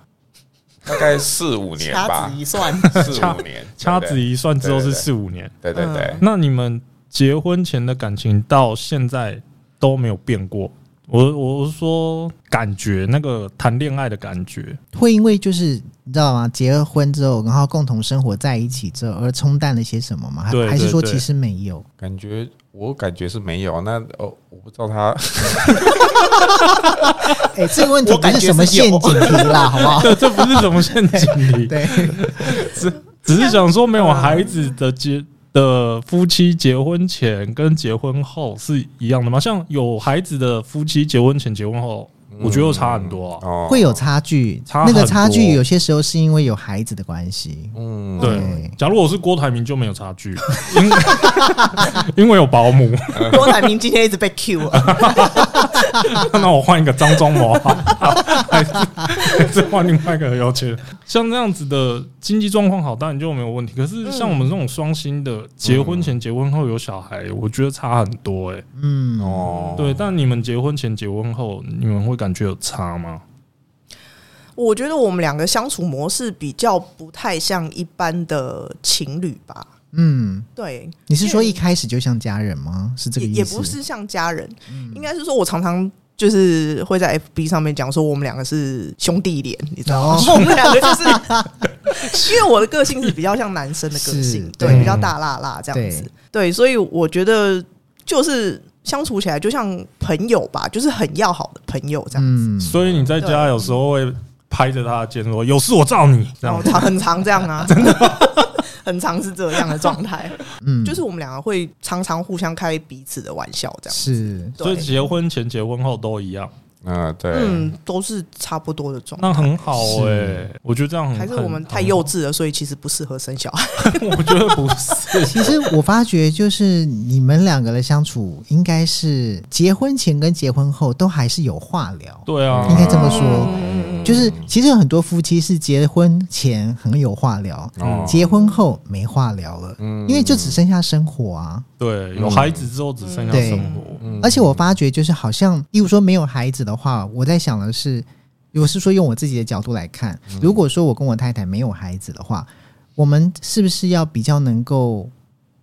大概四五年
掐
吧
指，一算，
四五年，
掐
对
指，一算之后是
对对对
四五年。
对对对对
嗯，
那你们结婚前的感情到现在都没有变过？我我是说感觉那个谈恋爱的感 觉，
会因为就是你知道吗？结了婚之后，然后共同生活在一起之后，而冲淡了些什么吗？还
对
还是说
对对
其实没有？
感觉我感觉是没有，那哦，我不知道他，
哎、这个问题
我
不
感觉
是什么
是
陷
有
阱题啦，好不好？
对，这不是什么陷阱题，
对，
只是想说没有孩子的结的夫妻结婚前跟结婚后是一样的吗？像有孩子的夫妻结婚前、结婚后， 我觉得有差很多啊。
嗯哦，
会有差距，
差
那个
很
差距
多
有些时候是因为有孩子的关系。
嗯，
对
对，
假如我是郭台铭就没有差距，因为因为有保姆。
郭台铭今天一直被 Q 啊，
那我换一个张忠谋好，还是还是换另外一个有钱人？像这样子的经济状况好，当然就没有问题。可是像我们这种双薪的，结婚前、结婚后有小孩，我觉得差很多哎、欸
嗯，
哦，
对，但你们结婚前、结婚后，你们会感觉有差吗？
我觉得我们两个相处模式比较不太像一般的情侣吧。
嗯，
对，
你是说一开始就像家人吗？是这个
也
意思？嗯
也不是像家人，应该是说我常常就是会在 FB 上面讲说我们两个是兄弟脸，你知道吗？
哦
我们两个就是因为我的个性是比较像男生的个
是
性，
对
对，比较大辣辣这样子，对，所以我觉得就是相处起来就像朋友吧，就是很要好的朋友这样子。
嗯，
所以你在家有时候会拍着他的肩说：“有事我罩你。”这
然后
样
常哦很常这样 啊，真的 很常是这样的状态，
嗯，
就是我们两个会常常互相开彼此的玩笑这样。
是
对
所以结婚前、结婚后都一样，
嗯，对，
嗯，都是差不多的状态。
那很好哎、我觉得这样很
还是我们太幼，稚了，所以其实不适合生小孩。
很 我觉得不是。
其实我发觉，就是你们两个的相处，应该是结婚前跟结婚后都还是有话聊，
对啊，
应该这么说。
嗯
就是其实有很多夫妻是结婚前很有话聊，
哦
嗯
结婚后没话聊了，
嗯
因为就只剩下生活啊。
对，有孩子之后只剩下
对
生活。
嗯
而且我发觉，就是好像，例如说没有孩子的话，我在想的是，我是说用我自己的角度来看，如果说我跟我太太没有孩子的话，我们是不是要比较能够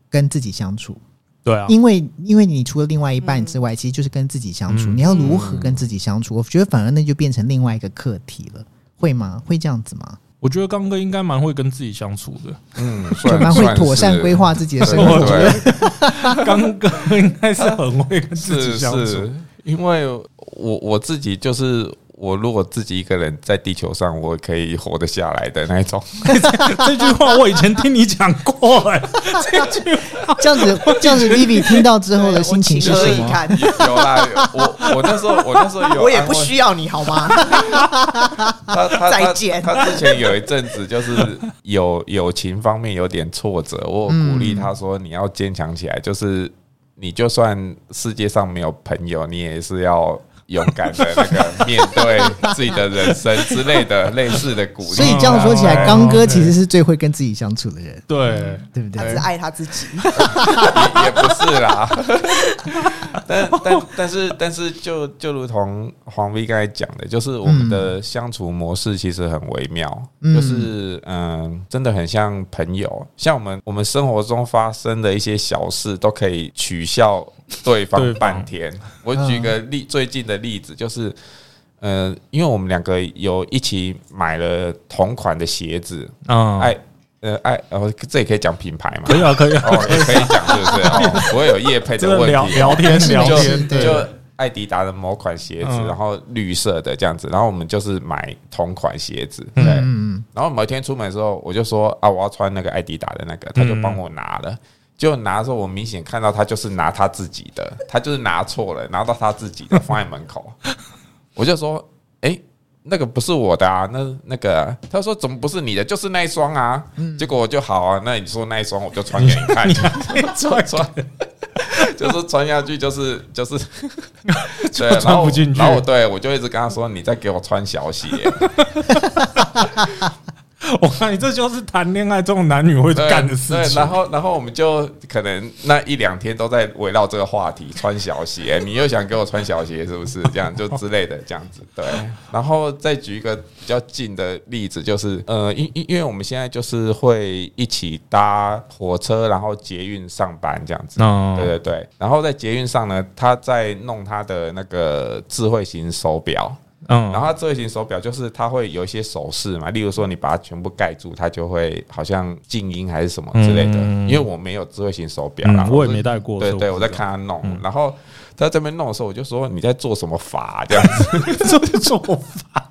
跟自己相处？
对啊，
因为因为你除了另外一半之外，其实就是跟自己相处。
嗯
你要如何跟自己相处？我觉得反而那就变成另外一个课题了，会吗？会这样子吗？
我觉得刚哥应该蛮会跟自己相处 的。
嗯，
就
算
蛮会
算
妥
是
善规划自己的
对
生活。
对
刚哥应该是很会跟 自己
是
相
是
处。，
因为我我自己就是。我如果自己一个人在地球上，我可以活得下来的那一 种，
这句话我以前听你讲过， 哎，这句
这样子，这样子，Vivi 听到之后的心情是
情何
什
以
么？
堪？
有啦，我我那时候我那时候有安慰，啊
我也不需要你好吗？
他他
再
他
见
他之前有一阵子就是有友情方面有点挫折，我有鼓励他说你要坚强起来，就是你就算世界上没有朋友，你也是要勇敢的那个面对自己的人生之类的类似的鼓励。
所以这样说起来，刚哥其实是最会跟自己相处的人，
对，
对嗯不
他
对？
只爱他自己。
也也不是啦。但但但是但是就就如同黄 V 刚才讲的，就是我们的相处模式其实很微妙，
嗯
就是嗯，真的很像朋友，像我们我们生活中发生的一些小事都可以取笑对方
对方
半天。我举个例最近的例子就是。呃，因为我们两个有一起买了同款的鞋子，
嗯，
爱呃爱，哦，这也可以讲品牌嘛，
可以啊，可以啊，
哦，也可以讲，是不 是？哦，不会有业配
真
的
的
问
聊
题。
聊天
是
聊
就
天，
对
就艾迪达的某款鞋子，
嗯
然后绿色的这样子，然后我们就是买同款鞋子，对。
嗯，
然后某一天出门的时候，我就说啊，我要穿那个艾迪达的那
嗯
个，他就帮我拿了。就拿的时候，我明显看到他就是拿他自己 的，他就是拿错了，拿到他自己的放在门口。 我就说，哎、那个不是我的啊，那那个啊，他说怎么不是你的？就是那一双啊。
嗯
结果我就好啊，那你说那一双我就穿给你 看，穿穿，就是穿下去就是就是， 对，然
穿
后
不进去
然后我对我就一直跟他说，你再给我穿 小鞋，
我看你这就是谈恋爱这种男女会
对
干的事
对，
情
然。后然后我们就可能那一两天都在围绕这个话题，穿小鞋，你又想给我穿小鞋是不是？这样就之类的这样子，对。
哎
然后再举一个比较近的例子，就是呃，因因因为我们现在就是会一起搭火车，然后捷运上班这样子，
哦
对对对。然后在捷运上呢，他在弄他的那个智慧型手表。
嗯，
然后它智慧型手表就是它会有一些手势嘛，例如说你把它全部盖住，它就会好像静音还是什么之类的。
嗯
因为我没有智慧型手表
嗯
啦，
我也
是
没戴过
对
所以
对，
我
我
不
在
知嗯
看他弄，然后他在这边弄的时候，我就说你在做什么法、这样子，
这 做法，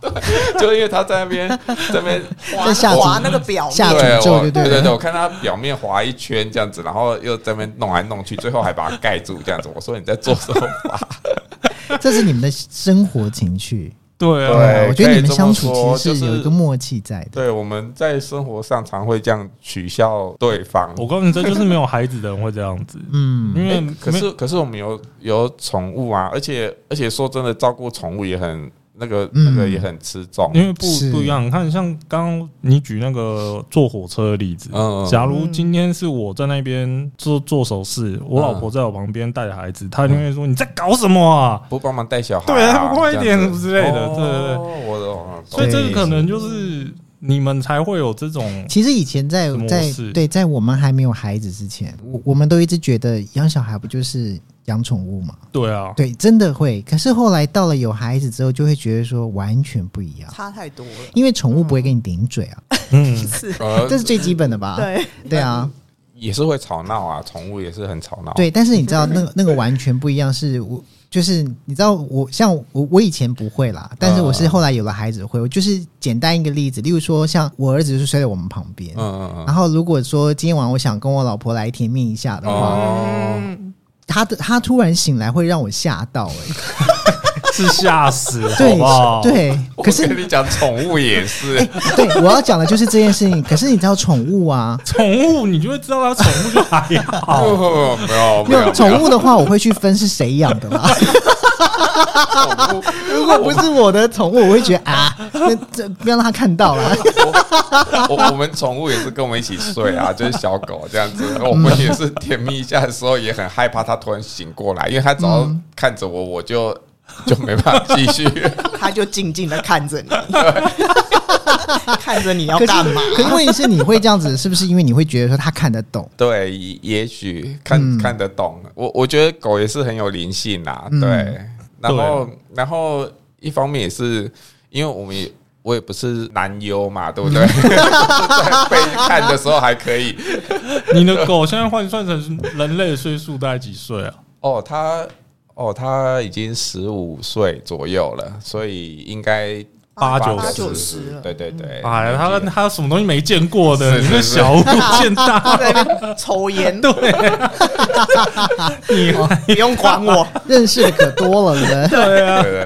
就因为他在那边 这边
在下
划划
诅
那个表面
下
对
诅咒
我
就
对
了。
对，我看他表面划一圈这样子，然后又在那边弄来弄去，最后还把它盖住这样子。我说你在做什么法？
这是你们的生活情趣。
对啊，
对
我觉得你
可以这
们
么
相处
说
其实
就是
有一个默契在的。
对，我们在生活上常会这样取笑对方。
我告诉你，这就是没有孩子的人会这样子，
嗯，
因为
欸可
没
是可是我们有有宠物啊，而且而且说真的，照顾宠物也很那个、
嗯
那个也很吃重。
因为不
是
不一样，你看，像刚刚你举那个坐火车的例子，
嗯嗯
假如今天是我在那边做做手势，我
嗯
老婆在我旁边带着孩子，她就会说你在搞什么啊？
不帮忙带小孩、啊，
对他快一点
这样子
之类的对对对
哦我懂，
所以这个
懂
可能就是你们才会有这种，
其实以前在
模
在
式
对，在我们还没有孩子之前，我我们都一直觉得养小孩不就是养宠物嘛？
对啊，
对，真的会。可是后来到了有孩子之后，就会觉得说完全不一样，
差太多了。
因为宠物不会跟你顶嘴啊，
嗯，
是，
呃
这是最基本的吧？
对，
对啊，
也是会吵闹啊，宠物也是很吵闹。
对。但是你知道，那个那个完全不一样，是我。就是你知道我像我我以前不会啦，但是我是后来有了孩子会。我就是简单一个例子，例如说像我儿子就是睡在我们旁边，
嗯，嗯嗯嗯。
然后如果说今天晚上我想跟我老婆来甜蜜一下的话，
哦，
她的她突然醒来会让我吓到哎、
是吓死，好不好？
对，对，可
我
是
跟你讲，宠物也是，
对我要讲的就是这件事情。可是你知道宠物啊，
宠物你就会知道它宠物就还
不
好，
不哦不没啊
哎
有
没
没
有
有
宠物的话，我会去分是谁养的啦。
宠物，
如果不是我的宠物，我会觉得啊，那这不要让他看到啦。
我我们宠物也是跟我们一起睡啊，就是小狗这样子。我们也是甜蜜一下的时候，也很害怕它突然醒过来，因为它只要
嗯
看着我，我就就没办法继 续。
他就静静的看着你，看着你要
可是
干嘛？
可是问题是，你会这样子，是不是因为你会觉得说他看得懂？
对，也许看、
嗯
看得懂。我我觉得狗也是很有灵性啦，
嗯
对。然后然后一方面也是因为我们也。我也不是男优嘛，对 不对？在被看的时候还可以
你的狗现在换算成人类的岁数大概几岁啊？
哦，它哦，它已经十五岁左右了，所以应该
八九
八
十
九十了，
对对对，
嗯
哎，他他什么东西没见过的？
是
你
是
这
是
小巫见大
他在那边抽烟，
你
不用管我。
认识的可多了了。
对啊，
对对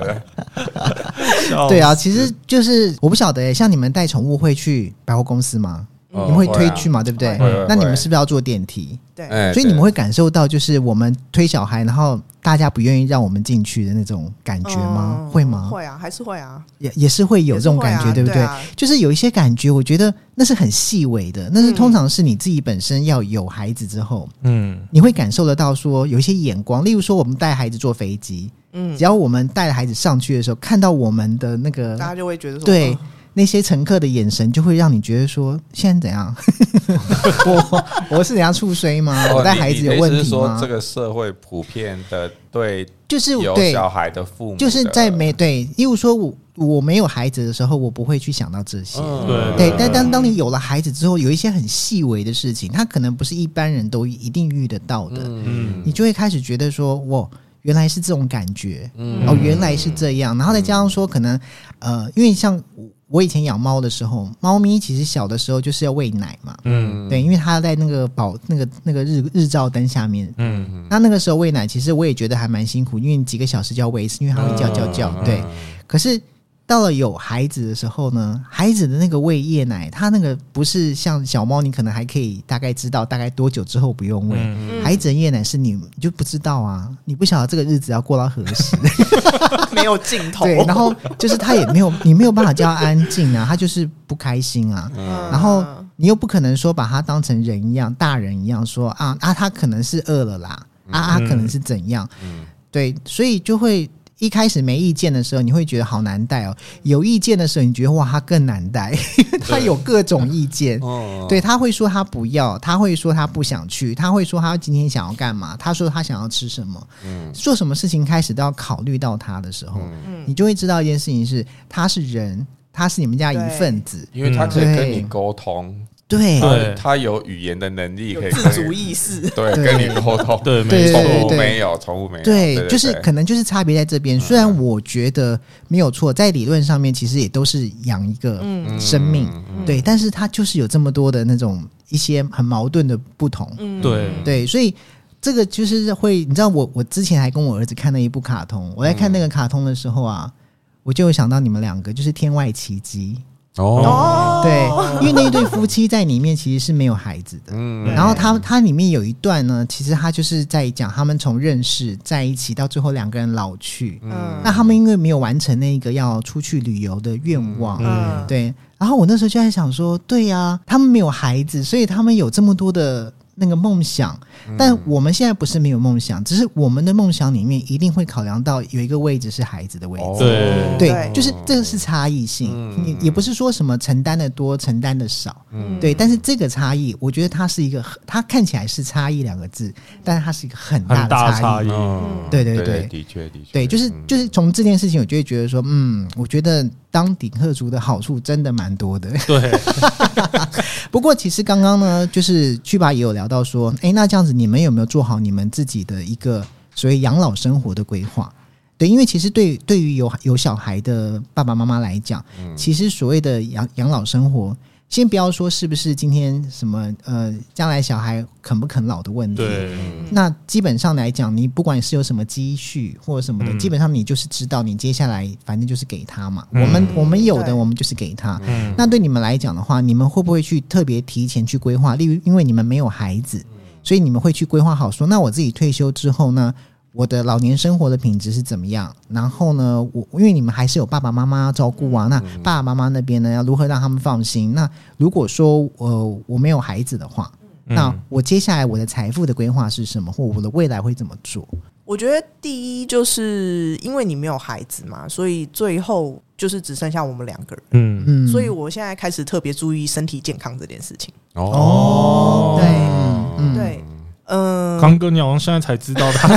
对，
啊对啊，其实就是我不晓得、欸，像你们带宠物会去百货公司吗？
嗯
你们会
哦
推
啊
剧嘛，对不对
会会？
那你
会
们是不是要坐电梯？
对，
哎
所以你们
对
会感受到，就是我们推小孩，然后大家不愿意让我们进去的那种感觉吗？
嗯
会吗？
会啊，还是会啊，
也也是会有这种感觉，
也
对
是会啊
不
对啊
就是有一些感觉，我觉得那是很细微的，
嗯
那是通常是你自己本身要有孩子之后，
嗯，
你会感受得到说有一些眼光，例如说我们带孩子坐飞机，
嗯
只，要我们带孩子上去的时候，看到我们的那个
大家就会觉得说，
对
嗯，
那些乘客的眼神，就会让你觉得说现在怎样？ 我我是怎样触衰吗？
哦
我带
你
孩子
你
有
的意
问
思是
题
说
吗
这？个社会普遍的对
就是
有
对，
小孩的父母的，
就是在没对，例如说我我没有孩子的时候，我不会去想到这些。
对
嗯
对，但当当你有了孩子之后，有一些很细微的事情，他可能不是一般人都一定遇得到的，
嗯
你就会开始觉得说，哇，原来是这种感觉，
嗯
哦，原来是这样。然后再加上说，可能呃，因为像我我以前养猫的时候，猫咪其实小的时候就是要喂奶嘛，
嗯
对，因为它在那个保那个那个日日照灯下面。
嗯，
那那个时候喂奶，其实我也觉得还蛮辛苦，因为几个小时就要喂一次，因为它会叫叫叫。
嗯
嗯
对，可是到了有孩子的时候呢，孩子的那个喂夜奶，它那个不是像小猫，你可能还可以大概知道大概多久之后不用喂。
嗯
孩子的夜奶是你你就不知道啊，你不晓得这个日子要过到何时，
没有尽头，
对，然后就是他也没有你没有办法叫他安静啊，他就是不开心啊，
嗯
然后你又不可能说把他当成人一样，大人一样说啊啊，他可能是饿了啦，啊啊，
嗯
可能是怎样，对，所以就会一开始没意见的时候，你会觉得好难带哦；有意见的时候，你觉得哇，他更难带，因为他有各种意见。
哦
对，他会说他不要，他会说他不想去，他会说他今天想要干嘛，他说他想要吃什么，做什么事情开始都要考虑到他的时候，你就会知道一件事情是他是人，他是你们家一份子，
因为他可以
嗯
跟你
对
沟通，
对
对
他他有语言的能力，可
有
以
自
跟
主
你
意识，
对
对
跟你沟通，
对，
对
没
对
错，
宠物
对
没有，宠物没有，
对
对，
就是
对
可能就是差别在这边。虽然我觉得没有错，在理论上面其实也都是养一个
嗯
生命，
嗯
对，但是它就是有这么多的那种一些很矛盾的不同，
嗯，
对
对，所以这个就是会，你知道我我之前还跟我儿子看了一部卡通，我在看那个卡通的时候啊，我就有想到你们两个，就是《天外奇迹
哦，》，
对，因为那一对夫妻在里面其实是没有孩子的，
嗯
然后他他里面有一段呢，其实他就是在讲他们从认识在一起到最后两个人老去，
嗯
那他们因为没有完成那个要出去旅游的愿望，
嗯，
对。然后我那时候就在想说，对呀、他们没有孩子，所以他们有这么多的那个梦想。但我们现在不是没有梦想，只是我们的梦想里面一定会考量到有一个位置是孩子的位置。
哦
对
对，
对
就是这个是差异性，
嗯
也也不是说什么承担的多，承担的少，
嗯
对。但是这个差异，我觉得它是一个很，它看起来是差异两个字，但是它是一个很大
很
的
大
差
差异，
嗯
对对对
对，的确的确，
对，就是
嗯
就是从这件事情，我就会觉得说，嗯，我觉得当顶客族的好处真的蛮多的。
对，
不过其实刚刚呢，就是去吧也有聊到说，诶，那这样子你们有没有做好你们自己的一个所谓养老生活的规划？对，因为其实对对于有有小孩的爸爸妈妈来讲，其实所谓的养养老生活，先不要说是不是今天什么呃将来小孩啃不啃老的问题，
对，
嗯
那基本上来讲，你不管是有什么积蓄或者什么的，
嗯
基本上你就是知道，你接下来反正就是给他嘛。我们我们有
对
的，我们就是给他。
嗯
那对你们来讲的话，你们会不会去特别提前去规划？例如，因为你们没有孩子，所以你们会去规划好说，那我自己退休之后呢，我的老年生活的品质是怎么样？然后呢，我因为你们还是有爸爸妈妈要照顾啊，那爸爸妈妈那边呢，要如何让他们放心？那如果说呃我没有孩子的话，那我接下来我的财富的规划是什么，或我的未来会怎么做？
我觉得第一就是因为你没有孩子嘛，所以最后就是只剩下我们两个人，
嗯
嗯，
所以我现在开始特别注意身体健康这件事情。
哦
对，嗯嗯，
对，嗯，
康哥，你好像现在才知道他，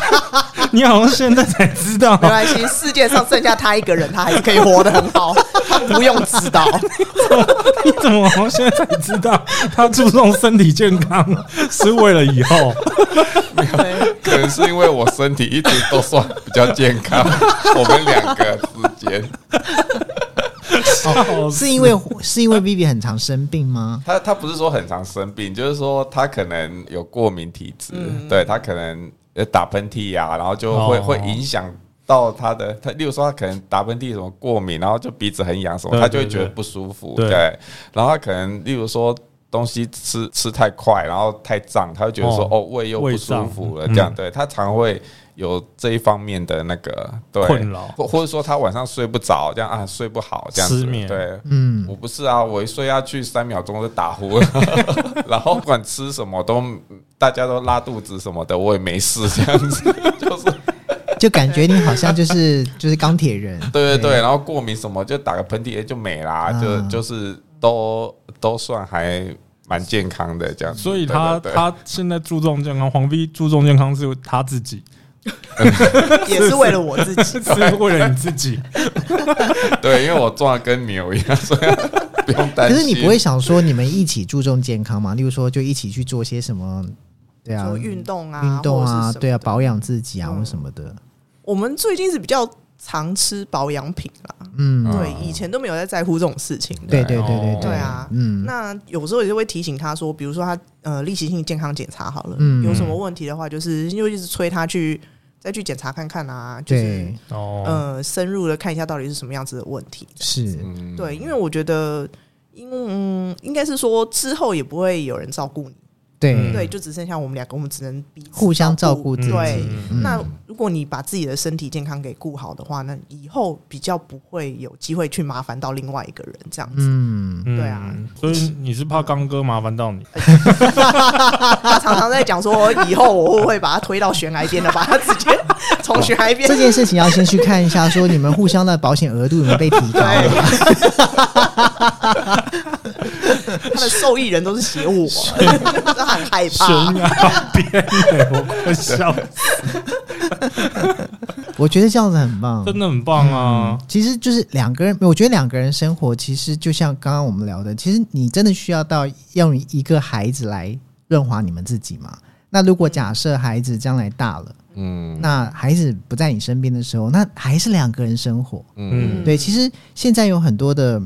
你好像现在才知道
没关系，世界上剩下他一个人，他还是可以活得很好，他不用知道。
你怎么好像现在才知道他注重身体健康 是为了以后？
对，
可能是因为我身体一直都算比较健康， 我们两个之间，
笑死
是因为是因为 Vivi 很常生病
嗯
吗？
他他不是说很常生病，就是说他可能有过敏体质，对他可能呃打喷嚏呀、然后就会、
哦
会影响到他的，他例如说他可能打喷嚏什么过敏，然后就鼻子很痒什么，
对
他就会
对
觉得
对
不舒服。
对
对，然后他可能例如说东西吃吃太快，然后太胀，他会觉得说
哦
哦胃又不
胃
舒
胀
服了，
嗯
这样对他常会有这一方面的那个对
困扰
或或者说他晚上睡不着，这样啊睡不好这样子
失眠
对，
嗯，
我不是啊，我一睡下去三秒钟就打呼了， 然后不管吃什么都，大家都拉肚子什么的，我也没事这 样子，就是
就感觉你好像就是 就是钢铁人，
对对对，然后过敏什么就打个喷嚏诶就没啦，就
啊
就是都都算还蛮健康的这样子，
所以
对
他
对对
他现在注重健康，黄 V 注重健康是他自己，
也是为了我自 己。
是为了你自己。
对，因为我壮的跟牛一样，所以不用担
可
心。
是你不会想说你们一起注重健康嘛？例如说，就一起去做些什么，对啊，
就运动啊，
运动
或者
啊，
是什么
对啊，
的
保养自己啊，
嗯
或什么的。
我们最近是比较常吃保养品啦，
嗯，
对，以前都没有在在乎这种事情的。
对对对对
哦
对啊，
嗯，
那有时候也就会提醒他说，比如说他呃例行性健康检查好了，
嗯
有什么问题的话，就是就一直催他去再去检查看看啊，就是
对，
哦，
呃深入的看一下到底是什么样子的问题。
是，
嗯
对，因为我觉得。因为嗯，应该是说之后也不会有人照顾你，
对
嗯，
对，就只剩下我们两个，我们只能彼此
互相照顾自己
对，
嗯
那如果你把自己的身体健康给顾好的话，那以后比较不会有机会去麻烦到另外一个人这样子。
嗯，
嗯
对啊，
所以你是怕刚哥麻烦到你，
他常常在讲说，哦以后我会不会把他推到悬崖边的，把他直接从悬崖边
这。件事情要先去看一下，说你们互相的保险额度有没有被提高
对
了？，
他的受益人都是邪我，他很害怕
啊
悬。崖边欸，我快笑死，
我觉得这样子很棒，
真的很棒啊！
其实就是两个人，我觉得两个人生活其实就像刚刚我们聊的，其实你真的需要到用一个孩子来润滑你们自己嘛。那如果假设孩子将来大了，
嗯
那孩子不在你身边的时候，那还是两个人生活。
嗯
对，其实现在有很多的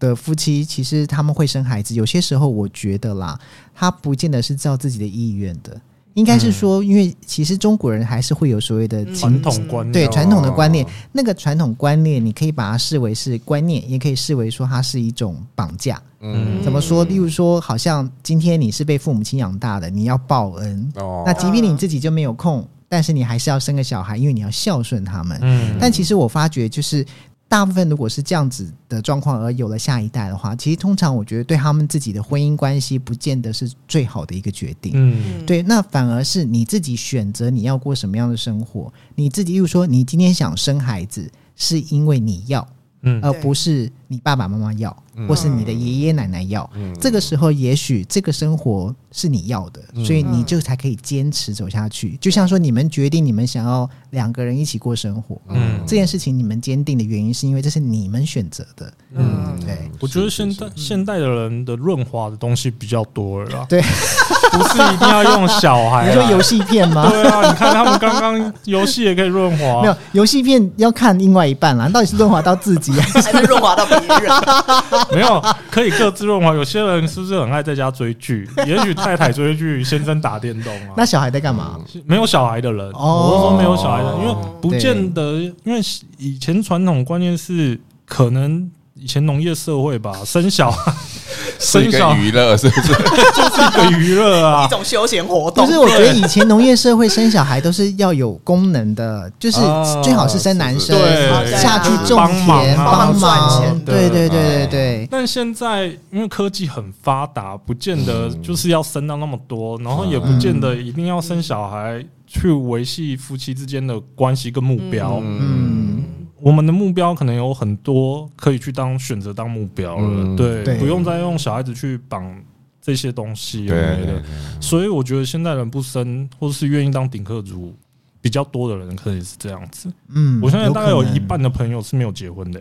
的夫妻，其实他们会生孩子，有些时候我觉得啦，他不见得是照自己的意愿的，应该
嗯
是说，因为其实中国人还是会有所谓的情
嗯
传统观念
对
哦
传统的观念，那个传统观念，你可以把它视为是观念，也可以视为说它是一种绑架。
嗯
怎么说？例如说，好像今天你是被父母亲养大的，你要报恩。
哦
那即便你自己就没有空，但是你还是要生个小孩，因为你要孝顺他们。
嗯，
但其实我发觉，就是大部分如果是这样子的状况而有了下一代的话，其实通常我觉得对他们自己的婚姻关系，不见得是最好的一个决定。
嗯，
对，那反而是你自己选择你要过什么样的生活，你自己，例如说，你今天想生孩子，是因为你要，
嗯
而
对
不是你爸爸妈妈要，或是你的爷爷奶奶要。
嗯
这个时候，也许这个生活是你要的，
嗯
所以你就才可以坚持走下去。就像说，你们决定你们想要两个人一起过生活，
嗯
这件事情你们坚定的原因，是因为这是你们选择的。
嗯，
对，
我觉得现
在
代现代的人的润滑的东西比较多了啦，
对
不是一定要用小孩啦。啊
你说游戏片吗？
哎 对啊，你看他们刚刚游戏也可以润滑，
没有，游戏片要看另外一半啦，到底是润滑到自己还
还是润滑到别人，
没有，可以各自润滑。有些人是不是很爱在家追 剧？也许太太追剧，先生打电动啊。
那小孩在干嘛？
没有小孩的人，
哦
我是说没有小孩的人，因为不
对
见得，因为以前传统观念是可能以前农业社会吧，生小孩
是一
生小
个
孩
娱乐，是不 是？
就是 一个娱乐
一
啊。
种休闲活动
不。是，我觉得以前农业社会生小孩都是要有功能的，就是
哦
最好啊是生男生，
对
下去种
帮忙
田
啊
帮
帮忙赚
忙，
钱
对对对对
对
对，
但现在因为科技很发达，不见得就是要生到那么多，然后也不见得一定要生小孩去维系夫妻之间的关系跟目标。
嗯，
我们的目标可能有很多可以去当选择当目标了，
嗯
对，
对
不用再用小孩子去绑这些东西有的没的。所以我觉得现代人不生，或是愿意当顶客族比较多的人，可能也是这样子。
嗯，
我相信大概有
可能
一半的朋友是没有结婚的、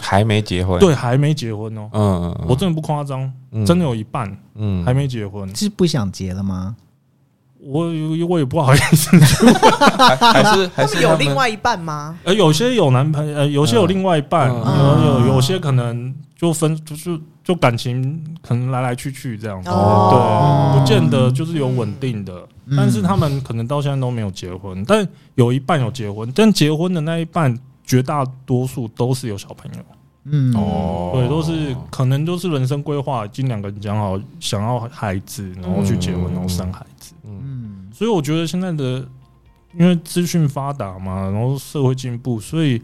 还没结婚，
对，还没结婚哦、
嗯，嗯，
我真的不夸张，
嗯
真的有一半
嗯
还没结婚。
是不想结了吗？
我我也不好意思，
还还是 还
他
是
们有
他们
另外一半吗？
呃，有些有男朋友，呃，有些有另外一半，
嗯
有有有些可能就分，就是就感情可能来来去去这样子，
哦
对，不见得就是有稳定的，
嗯
但是他们可能到现在都没有结婚，但有一半有结婚，但结婚的那一半绝大多数都是有小朋友，
嗯，
哦
对，都是可能都是人生规划，已经两个人讲好想要孩子，然后去结婚，
嗯
然后生孩子，
嗯
所以我觉得现在的因为资讯发达嘛，然后社会进步，所以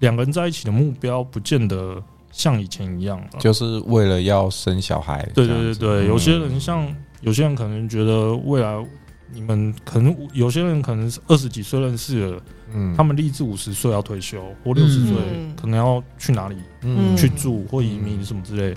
两个人在一起的目标不见得像以前一样了。
就是为了要生小孩。
对对
这样
对
子嗯
对，有些人像有些人可能觉得未来你们可能有些人可能是二十几岁认识了，
嗯
他们立志五十岁要退休或六十岁
嗯
可能要去哪里
嗯
去住或移民什么之类，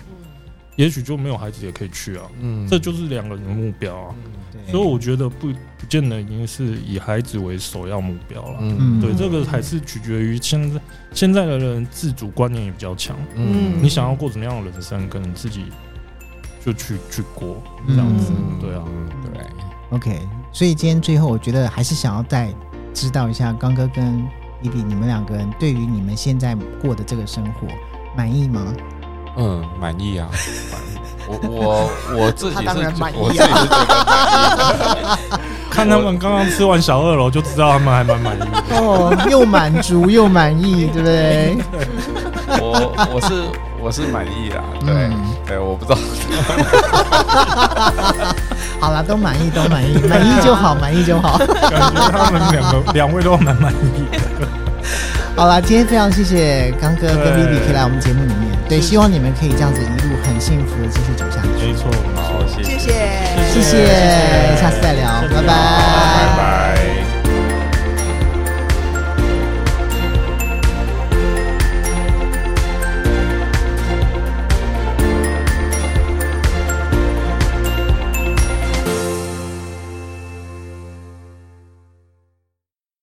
也许就没有孩子也可以去啊，
嗯
这就是两个人的目标啊。
对
所以我觉得不不见得一定是以孩子为首要目标了。
嗯
对，这个还是取决于现在现在的人自主观念也比较强，
嗯
你想要过怎么样的人生，可能自己就去去过这样子。
嗯
对啊，
嗯对。
OK，所以今天最后，我觉得还是想要再知道一下刚哥跟比比你们两个人对于你们现在过的这个生活满意吗？
嗯，满意啊。我我我自己
他
是
当然
觉
满意啊
我自己是觉得满意的。
看他们刚刚吃完小二楼，就知道他们还蛮满意的。
哦， 又满足又满意，对不对？
我我是我是满意啦，对、
嗯
对，我不知道，
好啦，都满意，都满 意，满意就好，满意就好。
感觉他们两个两位都蛮满意的。
好啦，今天非常谢谢刚哥跟
对
B B 可以来我们节目里面，对，希望你们可以这样子一路很幸福的继续走下去。
没错，没错。
好谢谢
谢。
谢
谢，
谢，下次再聊，拜拜。